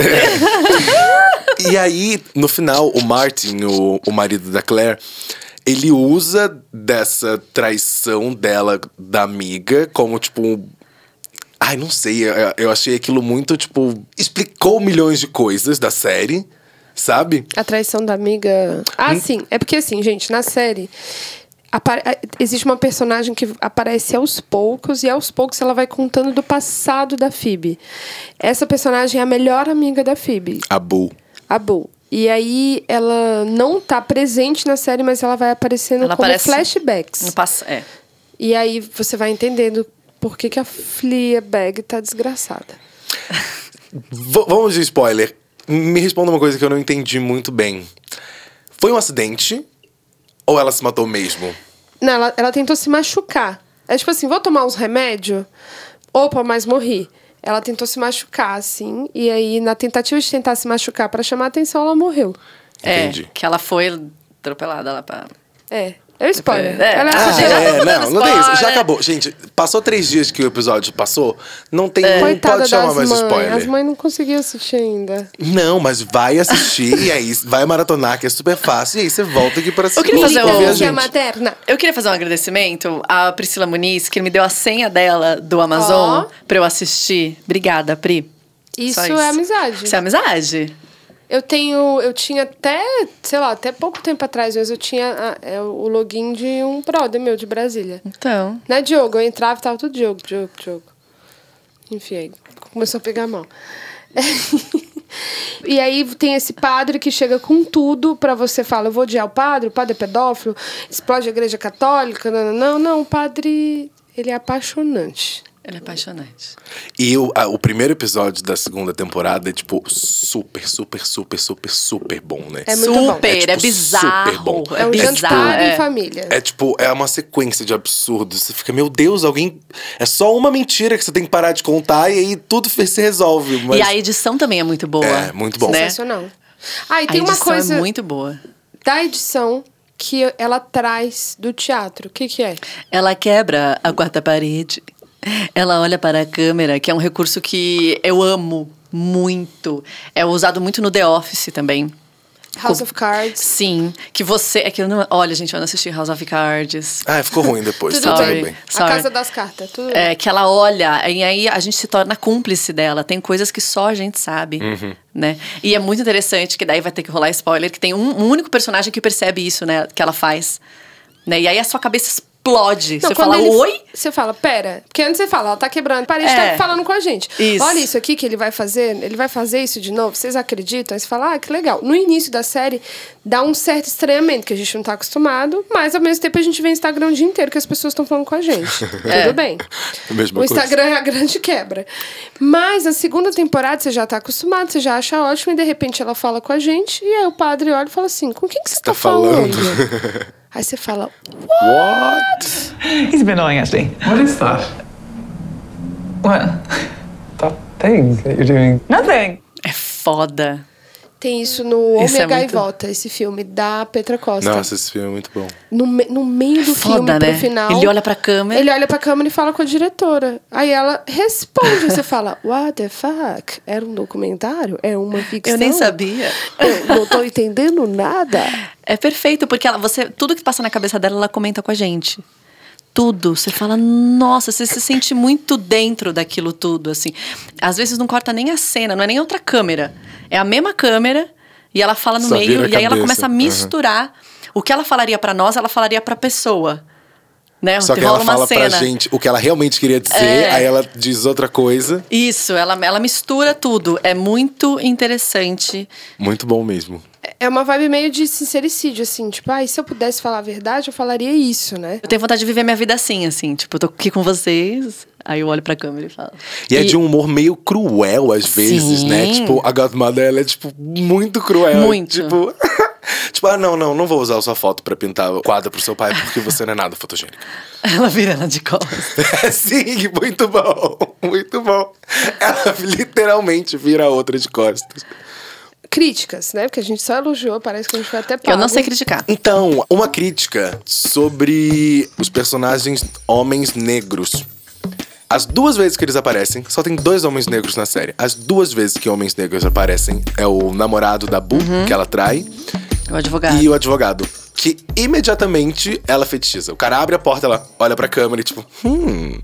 Speaker 2: E aí, no final, o Martin, o, o marido da Claire, ele usa dessa traição dela, da amiga, como tipo um. Ai, não sei, eu, eu achei aquilo muito, tipo. Explicou milhões de coisas da série, sabe?
Speaker 1: A traição da amiga. Ah,
Speaker 3: Hum?
Speaker 1: sim. É porque, assim, gente, na série. apare- a- Existe uma personagem que aparece aos poucos, e aos poucos ela vai contando do passado da Phoebe. Essa personagem é a melhor amiga da Phoebe,
Speaker 2: A Boo.
Speaker 1: a Boo. E aí ela não tá presente na série, mas ela vai aparecendo
Speaker 3: Ela
Speaker 1: como
Speaker 3: aparece No
Speaker 1: flashbacks.
Speaker 3: pass... É.
Speaker 1: E aí você vai entendendo por que, que a Fleabag tá desgraçada.
Speaker 2: V- vamos de spoiler. Me responda uma coisa que eu não entendi muito bem. Foi um acidente? Ou ela se matou mesmo?
Speaker 1: Não, ela, ela tentou se machucar. É tipo assim, vou tomar uns remédios? Opa, mas morri. Ela tentou se machucar, assim, e aí na tentativa de tentar se machucar pra chamar a atenção, ela morreu.
Speaker 3: É,
Speaker 2: Entendi.
Speaker 3: que ela foi atropelada lá pra...
Speaker 1: É. É um spoiler.
Speaker 3: É.
Speaker 1: Ela
Speaker 3: Ah,
Speaker 1: é,
Speaker 3: já
Speaker 2: é,
Speaker 3: tamo dando
Speaker 2: não, não tem isso. Já
Speaker 3: spoiler.
Speaker 2: acabou. Gente, passou três dias que o episódio passou. Não
Speaker 3: É.
Speaker 2: tem. Não
Speaker 1: coitada
Speaker 2: pode chamar
Speaker 1: das
Speaker 2: mais
Speaker 1: mães.
Speaker 2: spoiler.
Speaker 1: As mães não conseguiam assistir ainda.
Speaker 2: Não, mas vai assistir e aí vai maratonar, que é super fácil. E aí você volta aqui pra assistir.
Speaker 3: queria fazer
Speaker 2: pra ver
Speaker 3: um-
Speaker 2: a
Speaker 1: que é
Speaker 2: gente.
Speaker 1: materna.
Speaker 3: Eu queria fazer um agradecimento à Priscila Muniz, que me deu a senha dela do Amazon
Speaker 1: Ó.
Speaker 3: pra eu assistir. Obrigada, Pri.
Speaker 1: Isso
Speaker 3: Só
Speaker 1: é amizade.
Speaker 3: Isso é amizade.
Speaker 1: Eu tenho, eu tinha até, sei lá, até pouco tempo atrás, mas eu tinha ah, é, o login de um brother meu de Brasília.
Speaker 3: Então.
Speaker 1: Né, Diogo? Eu entrava e tava tudo Diogo, Diogo, Diogo. Enfim, aí começou a pegar a mão. E aí tem esse padre que chega com tudo pra você falar, eu vou odiar o padre, o padre é pedófilo, explode a igreja católica, não, não, não, não, o padre, ele é apaixonante.
Speaker 3: Ela é apaixonante.
Speaker 2: E o, a- o primeiro episódio da segunda temporada é, tipo, super, super, super, super, super bom, né?
Speaker 1: É muito bom.
Speaker 3: super, é,
Speaker 2: É, tipo,
Speaker 3: bizarro.
Speaker 2: super bom.
Speaker 1: É um
Speaker 3: bizarro.
Speaker 1: jantar
Speaker 3: é.
Speaker 1: em família.
Speaker 2: É tipo, é uma sequência de absurdos. Você fica, meu Deus, alguém. É só uma mentira que você tem que parar de contar e aí tudo se resolve. Mas...
Speaker 3: E a edição também é muito boa.
Speaker 2: É, muito bom.
Speaker 3: Né?
Speaker 1: Sensacional. Ah, e tem
Speaker 3: a
Speaker 1: uma
Speaker 3: edição
Speaker 1: coisa
Speaker 3: é muito boa.
Speaker 1: da edição que ela traz do teatro. O que, que é?
Speaker 3: Ela quebra a quarta parede. Ela olha para a câmera, que é um recurso que eu amo muito. É usado muito no The Office também.
Speaker 1: House of Cards.
Speaker 3: Sim, que você. É que eu não, olha, gente, eu não assisti House of Cards.
Speaker 2: Ah, ficou ruim depois, tá
Speaker 3: Sorry.
Speaker 2: tudo bem.
Speaker 1: A
Speaker 3: Sorry.
Speaker 1: Casa das Cartas. Tudo bem.
Speaker 3: É, que ela olha, e aí a gente se torna cúmplice dela. Tem coisas que só a gente sabe, né? E é muito interessante que daí vai ter que rolar spoiler, que tem um, um único personagem que percebe isso, né? Que ela faz. Né? E aí a sua cabeça explode.
Speaker 1: Não,
Speaker 3: você
Speaker 1: quando
Speaker 3: fala,
Speaker 1: ele-
Speaker 3: oi?
Speaker 1: Você fala, pera. Porque antes você fala, ela tá quebrando. Parece que
Speaker 3: É.
Speaker 1: tá falando com a gente.
Speaker 3: Isso.
Speaker 1: Olha isso aqui que ele vai fazer. Ele vai fazer isso de novo. Vocês acreditam? Aí você fala, ah, que legal. No início da série, dá um certo estranhamento, que a gente não tá acostumado. Mas, ao mesmo tempo, a gente vê Instagram o dia inteiro que as pessoas estão falando com a gente. Tudo bem. o
Speaker 2: Mesma coisa.
Speaker 1: Instagram é a grande quebra. Mas, na segunda temporada, você já tá acostumado, você já acha ótimo. E, de repente, ela fala com a gente. E aí o padre olha e fala assim, com quem que você tá,
Speaker 2: tá falando?
Speaker 1: falando? aí você fala,
Speaker 2: What?
Speaker 4: He's a bit annoying, actually.
Speaker 8: What is that?
Speaker 4: What?
Speaker 8: That thing that you're doing.
Speaker 4: Nothing.
Speaker 3: É foda.
Speaker 1: Tem isso no Homem
Speaker 3: Isso é
Speaker 1: e a
Speaker 3: muito-
Speaker 1: Gaivota, esse filme da Petra Costa.
Speaker 2: Nossa, esse filme é muito bom.
Speaker 1: No, me- no meio do
Speaker 3: Foda,
Speaker 1: filme,
Speaker 3: né?
Speaker 1: pro final.
Speaker 3: Ele olha pra câmera.
Speaker 1: Ele olha pra câmera e fala com a diretora. Aí ela responde. e você fala, what the fuck? Era um documentário? É uma ficção?
Speaker 3: Eu nem sabia.
Speaker 1: Eu não tô entendendo nada.
Speaker 3: É perfeito, porque ela, você, tudo que passa na cabeça dela, ela comenta com a gente. Tudo. Você fala, nossa, você se sente muito dentro daquilo tudo, assim. Às vezes não corta nem a cena, não é nem outra câmera. É a mesma câmera e ela fala no
Speaker 2: Só
Speaker 3: meio
Speaker 2: vira a
Speaker 3: e aí ela
Speaker 2: cabeça.
Speaker 3: começa a
Speaker 2: Uhum.
Speaker 3: misturar o que ela falaria pra nós, ela falaria pra pessoa. Né?
Speaker 2: Só que
Speaker 3: Rola
Speaker 2: ela
Speaker 3: uma
Speaker 2: fala
Speaker 3: cena.
Speaker 2: pra gente o que ela realmente queria dizer,
Speaker 3: É.
Speaker 2: aí ela diz outra coisa.
Speaker 3: Isso, ela, ela mistura tudo. É muito interessante.
Speaker 2: Muito bom mesmo.
Speaker 1: É uma vibe meio de sincericídio, assim. Tipo, ai, se eu pudesse falar a verdade, eu falaria isso, né?
Speaker 3: Eu tenho vontade de viver minha vida assim, assim. Tipo, eu tô aqui com vocês. Aí eu olho pra câmera e falo.
Speaker 2: E, é de um humor meio cruel, às vezes,
Speaker 3: Sim.
Speaker 2: né? Tipo, a Godmother, ela é, tipo, muito cruel.
Speaker 3: Muito.
Speaker 2: Tipo... Tipo, ah, não, não, não vou usar a sua foto pra pintar o quadro pro seu pai, porque você não é nada fotogênico.
Speaker 3: Ela vira ela de costas.
Speaker 2: Sim, muito bom, muito bom. Ela literalmente vira a outra de costas.
Speaker 1: Críticas, né? Porque a gente só elogiou, parece que a gente foi até pago.
Speaker 3: Eu não sei criticar.
Speaker 2: Então, uma crítica sobre os personagens homens negros. As duas vezes que eles aparecem, só tem dois homens negros na série. As duas vezes que homens negros aparecem é o namorado da Bu, que ela trai,
Speaker 3: O advogado.
Speaker 2: e o advogado. Que imediatamente ela fetichiza. O cara abre a porta, ela olha pra câmera e tipo, hum.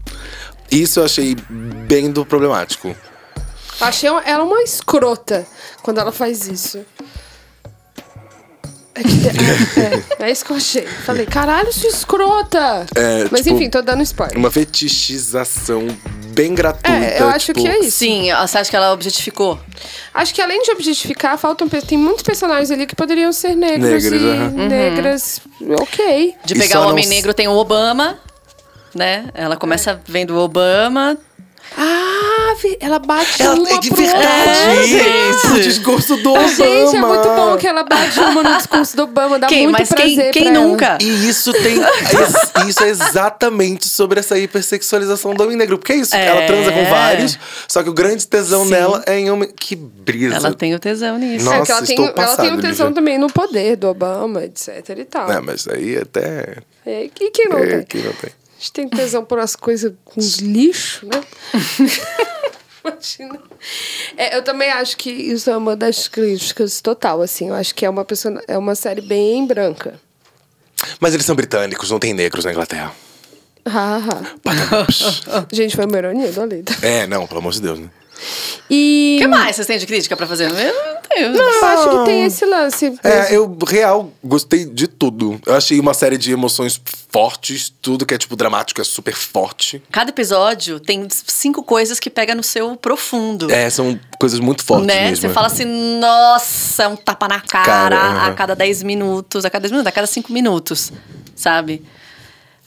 Speaker 2: Isso eu achei bem do problemático.
Speaker 1: Achei ela é uma escrota quando ela faz isso. É que- É, é, é isso que eu achei. Falei, caralho, sua escrota!
Speaker 2: É,
Speaker 1: Mas
Speaker 2: tipo,
Speaker 1: enfim, tô dando spoiler.
Speaker 2: Uma fetichização bem gratuita.
Speaker 1: É, eu acho
Speaker 2: tipo,
Speaker 1: que é isso.
Speaker 3: Sim, você acha que ela objetificou?
Speaker 1: Acho que além de objetificar, faltam, pe- tem muitos personagens ali que poderiam ser negros.
Speaker 2: Negros,
Speaker 1: e
Speaker 3: Uhum.
Speaker 2: aham.
Speaker 1: negras. Ok.
Speaker 3: De
Speaker 2: E
Speaker 3: pegar
Speaker 2: só
Speaker 3: o
Speaker 2: não
Speaker 3: homem
Speaker 2: s-
Speaker 3: negro, tem o Obama, né? Ela começa vendo o Obama.
Speaker 1: Ah, vi- ela bate
Speaker 2: Ela
Speaker 1: uma
Speaker 2: é de
Speaker 1: pro
Speaker 2: verdade.
Speaker 1: outro.
Speaker 2: O discurso do Obama.
Speaker 1: Gente, é muito bom que ela bate uma no discurso do Obama. Dá
Speaker 3: Quem?
Speaker 1: muito
Speaker 3: Mas
Speaker 1: prazer
Speaker 3: quem, quem
Speaker 1: pra ela.
Speaker 3: nunca?
Speaker 2: E isso tem. isso é exatamente sobre essa hipersexualização do homem negro. Porque é isso.
Speaker 3: É.
Speaker 2: Ela transa com vários, só que o grande tesão dela é em homem. Que brisa.
Speaker 3: Ela tem o tesão nisso.
Speaker 2: Nossa,
Speaker 1: é que ela tem,
Speaker 2: estou
Speaker 1: ela tem um
Speaker 2: passado,
Speaker 1: tesão
Speaker 2: Lívia.
Speaker 1: também no poder do Obama, etc e tal.
Speaker 2: É, mas aí até.
Speaker 1: É, e quem não
Speaker 2: É,
Speaker 1: tem?
Speaker 2: que não tem.
Speaker 1: A gente tem tesão por umas coisas com os lixos, né? Imagina. É, eu também acho que isso é uma das críticas total, assim. Eu acho que é uma, persona- é uma série bem branca.
Speaker 2: Mas eles são britânicos, não tem negros na Inglaterra.
Speaker 1: Ha, ha.
Speaker 2: Ah.
Speaker 1: Gente, foi uma ironia do Alida.
Speaker 2: É, não, pelo amor de Deus, né?
Speaker 1: E
Speaker 3: O que mais vocês têm de crítica pra fazer? Eu não tenho.
Speaker 1: eu acho que tem esse lance.
Speaker 2: É, eu, real, gostei de tudo. Eu achei uma série de emoções fortes, tudo que é, tipo, dramático é super forte.
Speaker 3: Cada episódio tem cinco coisas que pega no seu profundo.
Speaker 2: É, são coisas muito fortes
Speaker 3: né?
Speaker 2: mesmo.
Speaker 3: Você fala assim, nossa, é um tapa na cara,
Speaker 2: Cara, aham.
Speaker 3: a cada 10 minutos, a cada 10 minutos, a cada 5 minutos, sabe?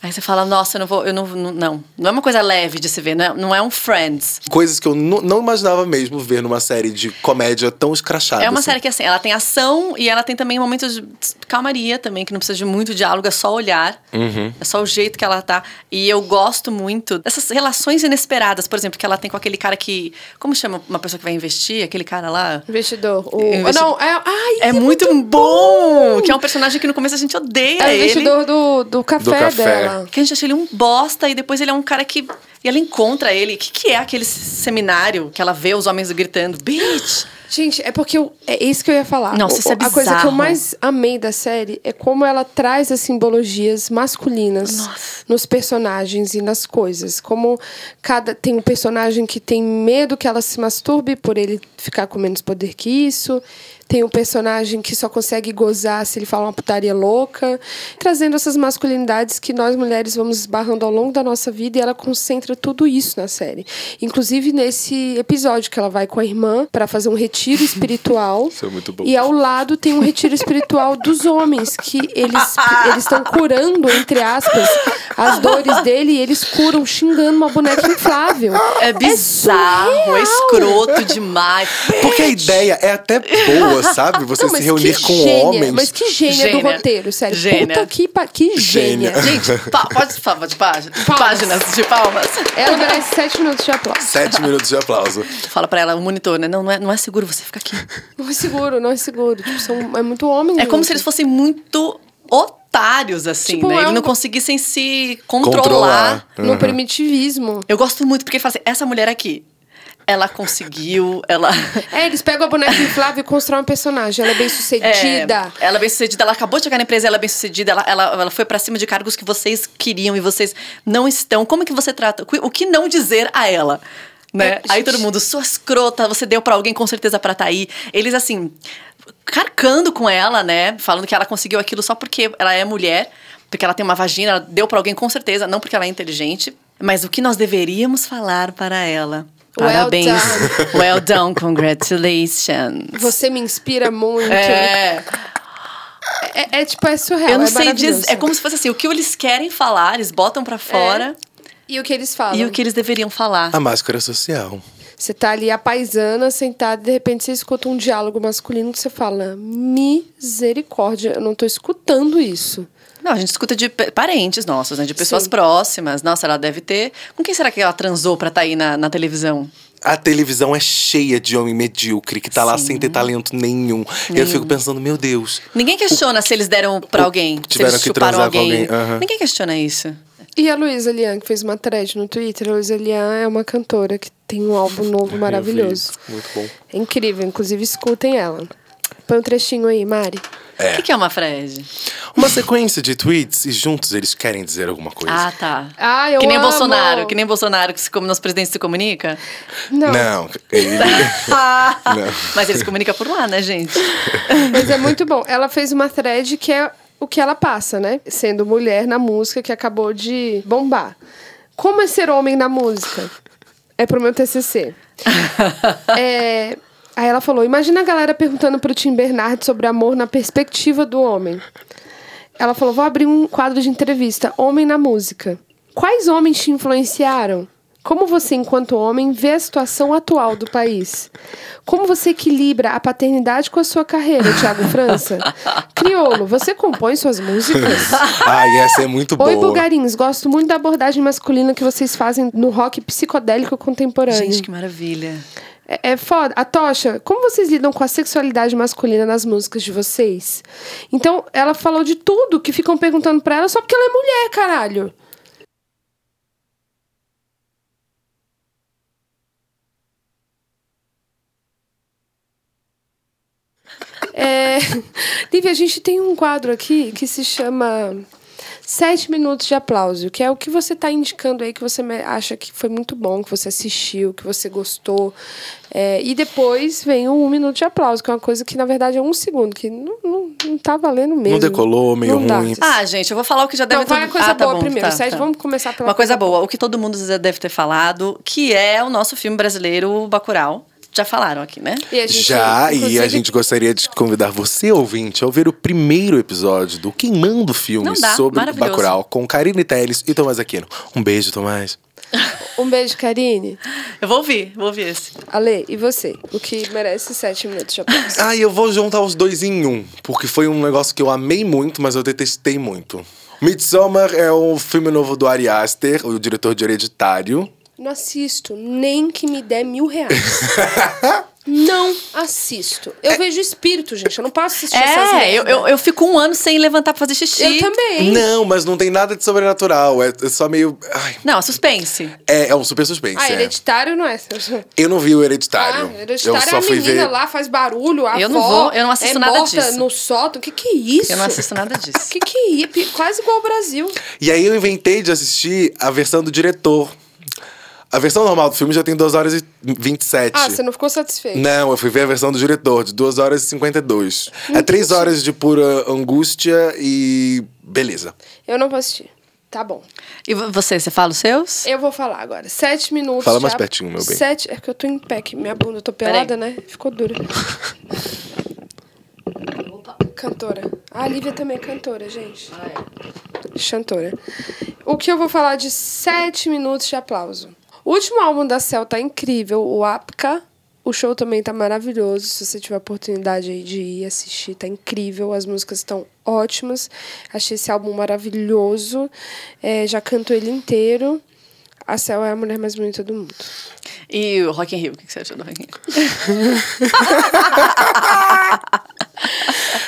Speaker 3: Aí você fala, nossa, eu não vou, eu não, não, não. Não é uma coisa leve de se ver, não é, não é um Friends.
Speaker 2: Coisas que eu nu- não imaginava mesmo ver numa série de comédia tão escrachada.
Speaker 3: É uma
Speaker 2: assim.
Speaker 3: série que, assim, ela tem ação e ela tem também momentos de calmaria também, que não precisa de muito diálogo, é só olhar.
Speaker 2: Uhum.
Speaker 3: É só o jeito que ela tá. E eu gosto muito dessas relações inesperadas, por exemplo, que ela tem com aquele cara que... Como chama uma pessoa que vai investir? Aquele cara lá...
Speaker 1: Investidor. O...
Speaker 3: Investi-
Speaker 1: Não, é. Ai,
Speaker 3: É, muito, bom! Que é um personagem que no começo a gente odeia
Speaker 1: É o
Speaker 3: ele.
Speaker 1: investidor do, do, café
Speaker 2: café.
Speaker 1: dela.
Speaker 3: Que a gente acha ele um bosta e depois ele é um cara que. E ela encontra ele. O que, que é aquele seminário que ela vê os homens gritando? Bitch!
Speaker 1: Gente, é porque eu- é isso que eu ia falar.
Speaker 3: Nossa,
Speaker 1: O-
Speaker 3: isso é
Speaker 1: A coisa que eu
Speaker 3: bizarro.
Speaker 1: mais amei da série é como ela traz as simbologias masculinas nos personagens e nas coisas. Como cada tem um personagem que tem medo que ela se masturbe por ele ficar com menos poder que isso. Tem um personagem que só consegue gozar se ele fala uma putaria louca. Trazendo essas masculinidades que nós mulheres vamos esbarrando ao longo da nossa vida e ela concentra tudo isso na série. Inclusive nesse episódio que ela vai com a irmã para fazer um retiro espiritual.
Speaker 2: Isso é muito bom.
Speaker 1: E ao lado tem um retiro espiritual dos homens, que eles eles estão curando, entre aspas, as dores dele e eles curam xingando uma boneca inflável.
Speaker 3: É bizarro, é, escroto demais.
Speaker 2: Porque a ideia é até boa, sabe? Você
Speaker 1: Não,
Speaker 2: se
Speaker 1: mas
Speaker 2: reunir
Speaker 1: que
Speaker 2: com
Speaker 1: gênia,
Speaker 2: homens.
Speaker 1: Mas que gênia, do
Speaker 3: Gênia.
Speaker 1: roteiro, sério.
Speaker 3: Gênia.
Speaker 1: Puta que, pa- que
Speaker 2: Gênia.
Speaker 1: gênia.
Speaker 3: Gente, pa- pode falar de páginas?
Speaker 1: Palmas.
Speaker 3: Páginas de palmas.
Speaker 1: Ela merece sete minutos de aplauso.
Speaker 2: Sete minutos de aplauso.
Speaker 3: Fala pra ela, o monitor, né? Não, não é, não é seguro você ficar aqui.
Speaker 1: Não é seguro, não é seguro. Tipo, são, é muito homem.
Speaker 3: É como
Speaker 1: gente.
Speaker 3: se eles fossem muito otários, assim,
Speaker 1: Tipo,
Speaker 3: né?
Speaker 1: é
Speaker 3: Eles
Speaker 1: um-
Speaker 3: não conseguissem se
Speaker 2: Controlar.
Speaker 3: controlar.
Speaker 1: No primitivismo.
Speaker 3: Eu gosto muito, porque ele fala assim, essa mulher aqui, ela conseguiu, ela...
Speaker 1: É, eles pegam a boneca inflável e constroem um personagem. Ela é bem sucedida.
Speaker 3: É, ela é bem sucedida, ela acabou de chegar na empresa, ela é bem sucedida, ela, ela, ela foi pra cima de cargos que vocês queriam e vocês não estão. Como é que você trata? O que não dizer a ela? Né?
Speaker 1: É,
Speaker 3: Aí
Speaker 1: gente.
Speaker 3: todo mundo, sua escrota, você deu pra alguém com certeza pra tá aí. Eles assim, carcando com ela, né? Falando que ela conseguiu aquilo só porque ela é mulher, porque ela tem uma vagina, ela deu pra alguém com certeza, não porque ela é inteligente. Mas o que nós deveríamos falar para ela?
Speaker 1: Well
Speaker 3: Parabéns.
Speaker 1: done.
Speaker 3: well done, congratulations.
Speaker 1: Você me inspira muito.
Speaker 3: É.
Speaker 1: É, é, tipo, é surreal.
Speaker 3: Eu não
Speaker 1: é
Speaker 3: sei dizer.
Speaker 1: maravilhoso.
Speaker 3: É como se fosse assim: o que eles querem falar, eles botam
Speaker 1: É.
Speaker 3: pra fora.
Speaker 1: E o que eles falam?
Speaker 3: E o que eles deveriam falar.
Speaker 2: A máscara social.
Speaker 1: Você tá ali a paisana, sentada, de repente você escuta um diálogo masculino que você fala: misericórdia, eu não tô escutando isso.
Speaker 3: Não, a gente escuta de pe- parentes nossos, né? De pessoas
Speaker 1: Sim.
Speaker 3: próximas. Nossa, ela deve ter. Com quem será que ela transou pra tá aí na, na televisão?
Speaker 2: A televisão é cheia de homem medíocre que tá lá sem ter talento nenhum. E eu fico pensando, meu Deus.
Speaker 3: Ninguém questiona se eles deram pra alguém.
Speaker 2: tiveram
Speaker 3: se eles
Speaker 2: que
Speaker 3: chuparam
Speaker 2: transar com
Speaker 3: alguém.
Speaker 2: alguém, aham.
Speaker 3: Ninguém questiona isso.
Speaker 1: E a Luísa Lian, que fez uma thread no Twitter, a Luísa Lian é uma cantora que tem um álbum novo maravilhoso.
Speaker 2: Muito bom.
Speaker 1: É incrível, inclusive escutem ela. Põe um trechinho aí, Mari.
Speaker 3: O que, que é uma Fred?
Speaker 2: Uma sequência de tweets e juntos eles querem dizer alguma coisa.
Speaker 3: Ah, tá.
Speaker 1: Ah, eu
Speaker 3: que nem
Speaker 1: amo.
Speaker 3: Bolsonaro, que nem Bolsonaro, que se, como nosso presidente se comunica.
Speaker 1: Não,
Speaker 2: Não, ele-
Speaker 1: Ah.
Speaker 3: Mas ele se comunica por lá, né, gente?
Speaker 1: mas é muito bom. Ela fez uma thread que é o que ela passa, né? Sendo mulher na música que acabou de bombar. Como é ser homem na música? É pro meu TCC. É, Aí ela falou: Imagina a galera perguntando pro Tim Bernardes sobre amor na perspectiva do homem. Ela falou: Vou abrir um quadro de entrevista, Homem na Música. Quais homens te influenciaram? Como você, enquanto homem, vê a situação atual do país? Como você equilibra a paternidade com a sua carreira, Thiago França? Criolo, você compõe suas músicas?
Speaker 2: Ai, essa é muito
Speaker 1: Oi,
Speaker 2: boa.
Speaker 1: Bulgarins, gosto muito da abordagem masculina que vocês fazem no rock psicodélico contemporâneo.
Speaker 3: Gente, que maravilha.
Speaker 1: É, é foda. A Tocha, como vocês lidam com a sexualidade masculina nas músicas de vocês? Então, ela falou de tudo que ficam perguntando pra ela só porque ela é mulher, caralho. É... Lívia, a gente tem um quadro aqui que se chama Sete Minutos de Aplauso, que é o que você está indicando aí que você me- acha que foi muito bom, que você assistiu, que você gostou. É, e depois vem o Um Minuto de Aplauso, que é uma coisa que, na verdade, é um segundo, que não, não, não tá valendo mesmo.
Speaker 2: decolou, meio
Speaker 1: Não dá.
Speaker 2: ruim.
Speaker 3: Ah, gente, eu vou falar o que já deve
Speaker 1: Não,
Speaker 3: ter...
Speaker 1: vai a coisa
Speaker 3: Ah, tá
Speaker 1: boa
Speaker 3: bom,
Speaker 1: primeiro,
Speaker 3: tá,
Speaker 1: Sérgio,
Speaker 3: tá.
Speaker 1: vamos começar pela
Speaker 3: Uma coisa boa, o que todo mundo já deve ter falado, que é o nosso filme brasileiro, o Bacurau. já falaram aqui, né?
Speaker 1: E a gente,
Speaker 2: Já, e a
Speaker 1: inclusive,
Speaker 2: gente gostaria de convidar você, ouvinte, a ouvir o primeiro episódio do Queimando Filmes
Speaker 3: Não dá,
Speaker 2: sobre
Speaker 3: maravilhoso.
Speaker 2: Bacurau, com Karine Telles e Tomás Aquino. Um beijo, Tomás.
Speaker 1: Um beijo, Karine.
Speaker 3: Eu vou ouvir, vou ouvir esse.
Speaker 1: Ale, e você? O que merece sete minutos de aplauso?
Speaker 2: Ah, e eu vou juntar os dois em um, porque foi um negócio que eu amei muito, mas eu detestei muito. Midsommar é um filme novo do Ari Aster, o diretor de Hereditário.
Speaker 1: Não assisto, nem que me der mil reais. não assisto. Eu vejo espírito, gente. Eu não posso assistir essas
Speaker 3: É, eu,
Speaker 1: merda.
Speaker 3: eu, eu fico um ano sem levantar pra fazer xixi.
Speaker 1: Eu também.
Speaker 2: Não, mas não tem nada de sobrenatural, é, é só meio... ai,
Speaker 3: Não, suspense.
Speaker 2: é, é um super suspense,
Speaker 1: Ah,
Speaker 2: é.
Speaker 1: hereditário não é.
Speaker 2: Eu não vi o Hereditário.
Speaker 1: Ah, hereditário
Speaker 2: eu
Speaker 1: é
Speaker 2: só
Speaker 1: a
Speaker 2: fui
Speaker 1: menina
Speaker 2: ver...
Speaker 1: lá, faz barulho, a
Speaker 3: Eu
Speaker 1: avó
Speaker 3: não vou, eu não assisto
Speaker 1: é
Speaker 3: nada
Speaker 1: morta
Speaker 3: disso.
Speaker 1: no sótão. Que que é isso?
Speaker 3: Eu não assisto nada disso.
Speaker 1: Que que é? Pi- Quase igual ao Brasil.
Speaker 2: E aí eu inventei de assistir a versão do diretor. A versão normal do filme já tem 2 horas e 27.
Speaker 1: Ah, você não ficou satisfeito?
Speaker 2: Não, eu fui ver a versão do diretor, de 2 horas e 52. É 3 horas de pura angústia e beleza.
Speaker 1: Eu não vou assistir. Tá bom.
Speaker 3: E vo- você, você fala os seus?
Speaker 1: Eu vou falar agora. Sete minutos.
Speaker 2: Fala mais
Speaker 1: já.
Speaker 2: pertinho, meu bem.
Speaker 1: Sete. É que eu tô em pé, que minha bunda, eu tô
Speaker 3: Peraí.
Speaker 1: pelada, né? Ficou dura. Cantora. Ah, a Lívia também é cantora, gente. Chantora. O que eu vou falar de sete minutos de aplauso. O último álbum da Cel tá incrível, o Apka. O show também tá maravilhoso. Se você tiver a oportunidade aí de ir assistir, tá incrível. As músicas estão ótimas. Achei esse álbum maravilhoso. É, já canto ele inteiro. A Cel é a mulher mais bonita do mundo.
Speaker 3: E o Rock in Rio, o que que você achou do Rock in Rio?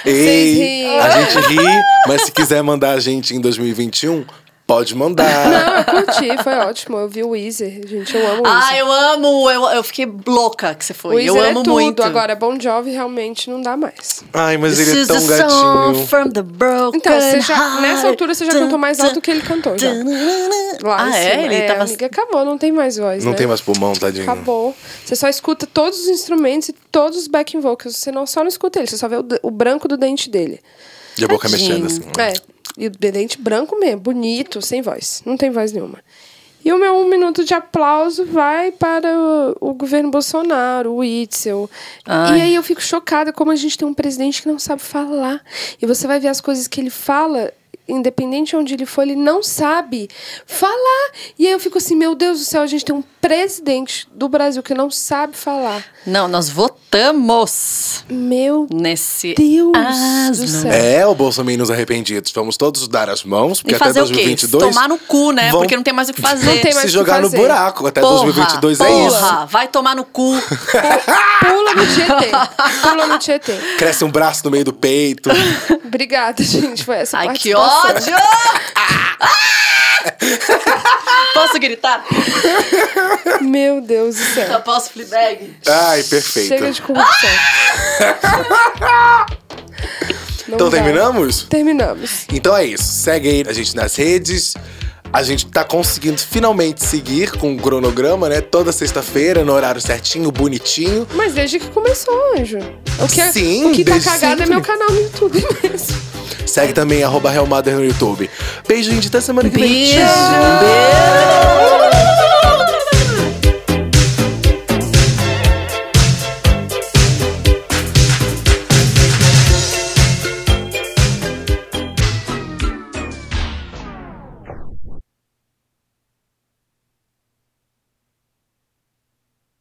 Speaker 1: Vocês
Speaker 2: Ei,
Speaker 1: riem.
Speaker 2: a gente ri, mas se quiser mandar a gente em 2021, pode mandar.
Speaker 1: Não, eu curti, foi ótimo. Eu vi o Weezer, gente, eu amo o Weezer.
Speaker 3: Ah, eu amo! Eu, eu fiquei louca que você
Speaker 1: O
Speaker 3: foi.
Speaker 1: Weezer
Speaker 3: eu amo
Speaker 1: é tudo.
Speaker 3: muito.
Speaker 1: Agora, Bon Jovi realmente não dá mais.
Speaker 2: Ai, mas ele é
Speaker 3: This
Speaker 2: tão
Speaker 3: is a song
Speaker 2: gatinho.
Speaker 3: from the broken
Speaker 1: Então, você já,
Speaker 3: heart.
Speaker 1: nessa altura você já
Speaker 3: Tum,
Speaker 1: cantou mais
Speaker 3: tum,
Speaker 1: alto que ele cantou já. Lá em
Speaker 3: ah, é?
Speaker 1: cima.
Speaker 3: Ele
Speaker 1: é,
Speaker 3: tava.
Speaker 1: amiga, acabou, não tem mais voz,
Speaker 2: Não
Speaker 1: né?
Speaker 2: tem mais pulmão, tadinho.
Speaker 1: Acabou. Você só escuta todos os instrumentos e todos os backing vocals. Você não, só não escuta ele, você só vê o, d- o branco do dente dele.
Speaker 2: E a boca
Speaker 3: Tadinho.
Speaker 2: mexendo assim.
Speaker 1: É. E o dente branco mesmo, bonito, sem voz. Não tem voz nenhuma. E o meu um minuto de aplauso vai para o, o governo Bolsonaro, o Itzel.
Speaker 3: Ai.
Speaker 1: E aí eu fico chocada como a gente tem um presidente que não sabe falar. E você vai ver as coisas que ele fala, independente de onde ele for, ele não sabe falar. E aí eu fico assim, meu Deus do céu, a gente tem um presidente do Brasil que não sabe falar.
Speaker 3: Não, nós votamos
Speaker 1: Meu
Speaker 3: nesse.
Speaker 1: Deus
Speaker 3: Asno.
Speaker 1: do céu.
Speaker 2: É, o Bolsominions arrependidos. Vamos todos dar as mãos, porque
Speaker 3: E fazer
Speaker 2: até
Speaker 3: o quê?
Speaker 2: 2022.
Speaker 3: Tomar no cu, né?
Speaker 2: vão É,
Speaker 3: Porque não tem mais o que fazer.
Speaker 1: Não tem mais o
Speaker 2: Se
Speaker 1: que
Speaker 2: jogar no
Speaker 1: fazer.
Speaker 2: buraco. Até 2022
Speaker 3: porra,
Speaker 2: é isso.
Speaker 3: Porra, vai tomar no cu.
Speaker 1: Pula no Tietê. Pula no Tietê.
Speaker 2: Cresce um braço no meio do peito.
Speaker 1: Obrigada, gente. Foi essa
Speaker 3: Ai, que
Speaker 1: participação.
Speaker 3: ódio! Ah! Posso gritar?
Speaker 1: Meu Deus do
Speaker 3: Só
Speaker 1: céu.
Speaker 3: posso fleabag?
Speaker 2: Ai, perfeito.
Speaker 1: Chega de corrupção. Não
Speaker 2: Então
Speaker 1: dá.
Speaker 2: terminamos?
Speaker 1: Terminamos.
Speaker 2: Então é isso. Segue aí a gente nas redes. A gente tá conseguindo finalmente seguir com o cronograma, né? Toda sexta-feira, no horário certinho, bonitinho.
Speaker 1: Mas desde que começou, Anjo. O que, é-
Speaker 2: Sim,
Speaker 1: o que tá
Speaker 2: desde
Speaker 1: cagado
Speaker 2: sempre.
Speaker 1: é meu canal no YouTube mesmo.
Speaker 2: Segue também arroba Real Mother no YouTube. Beijo, gente. Até semana que vem.
Speaker 3: Beijo.
Speaker 2: Tchau.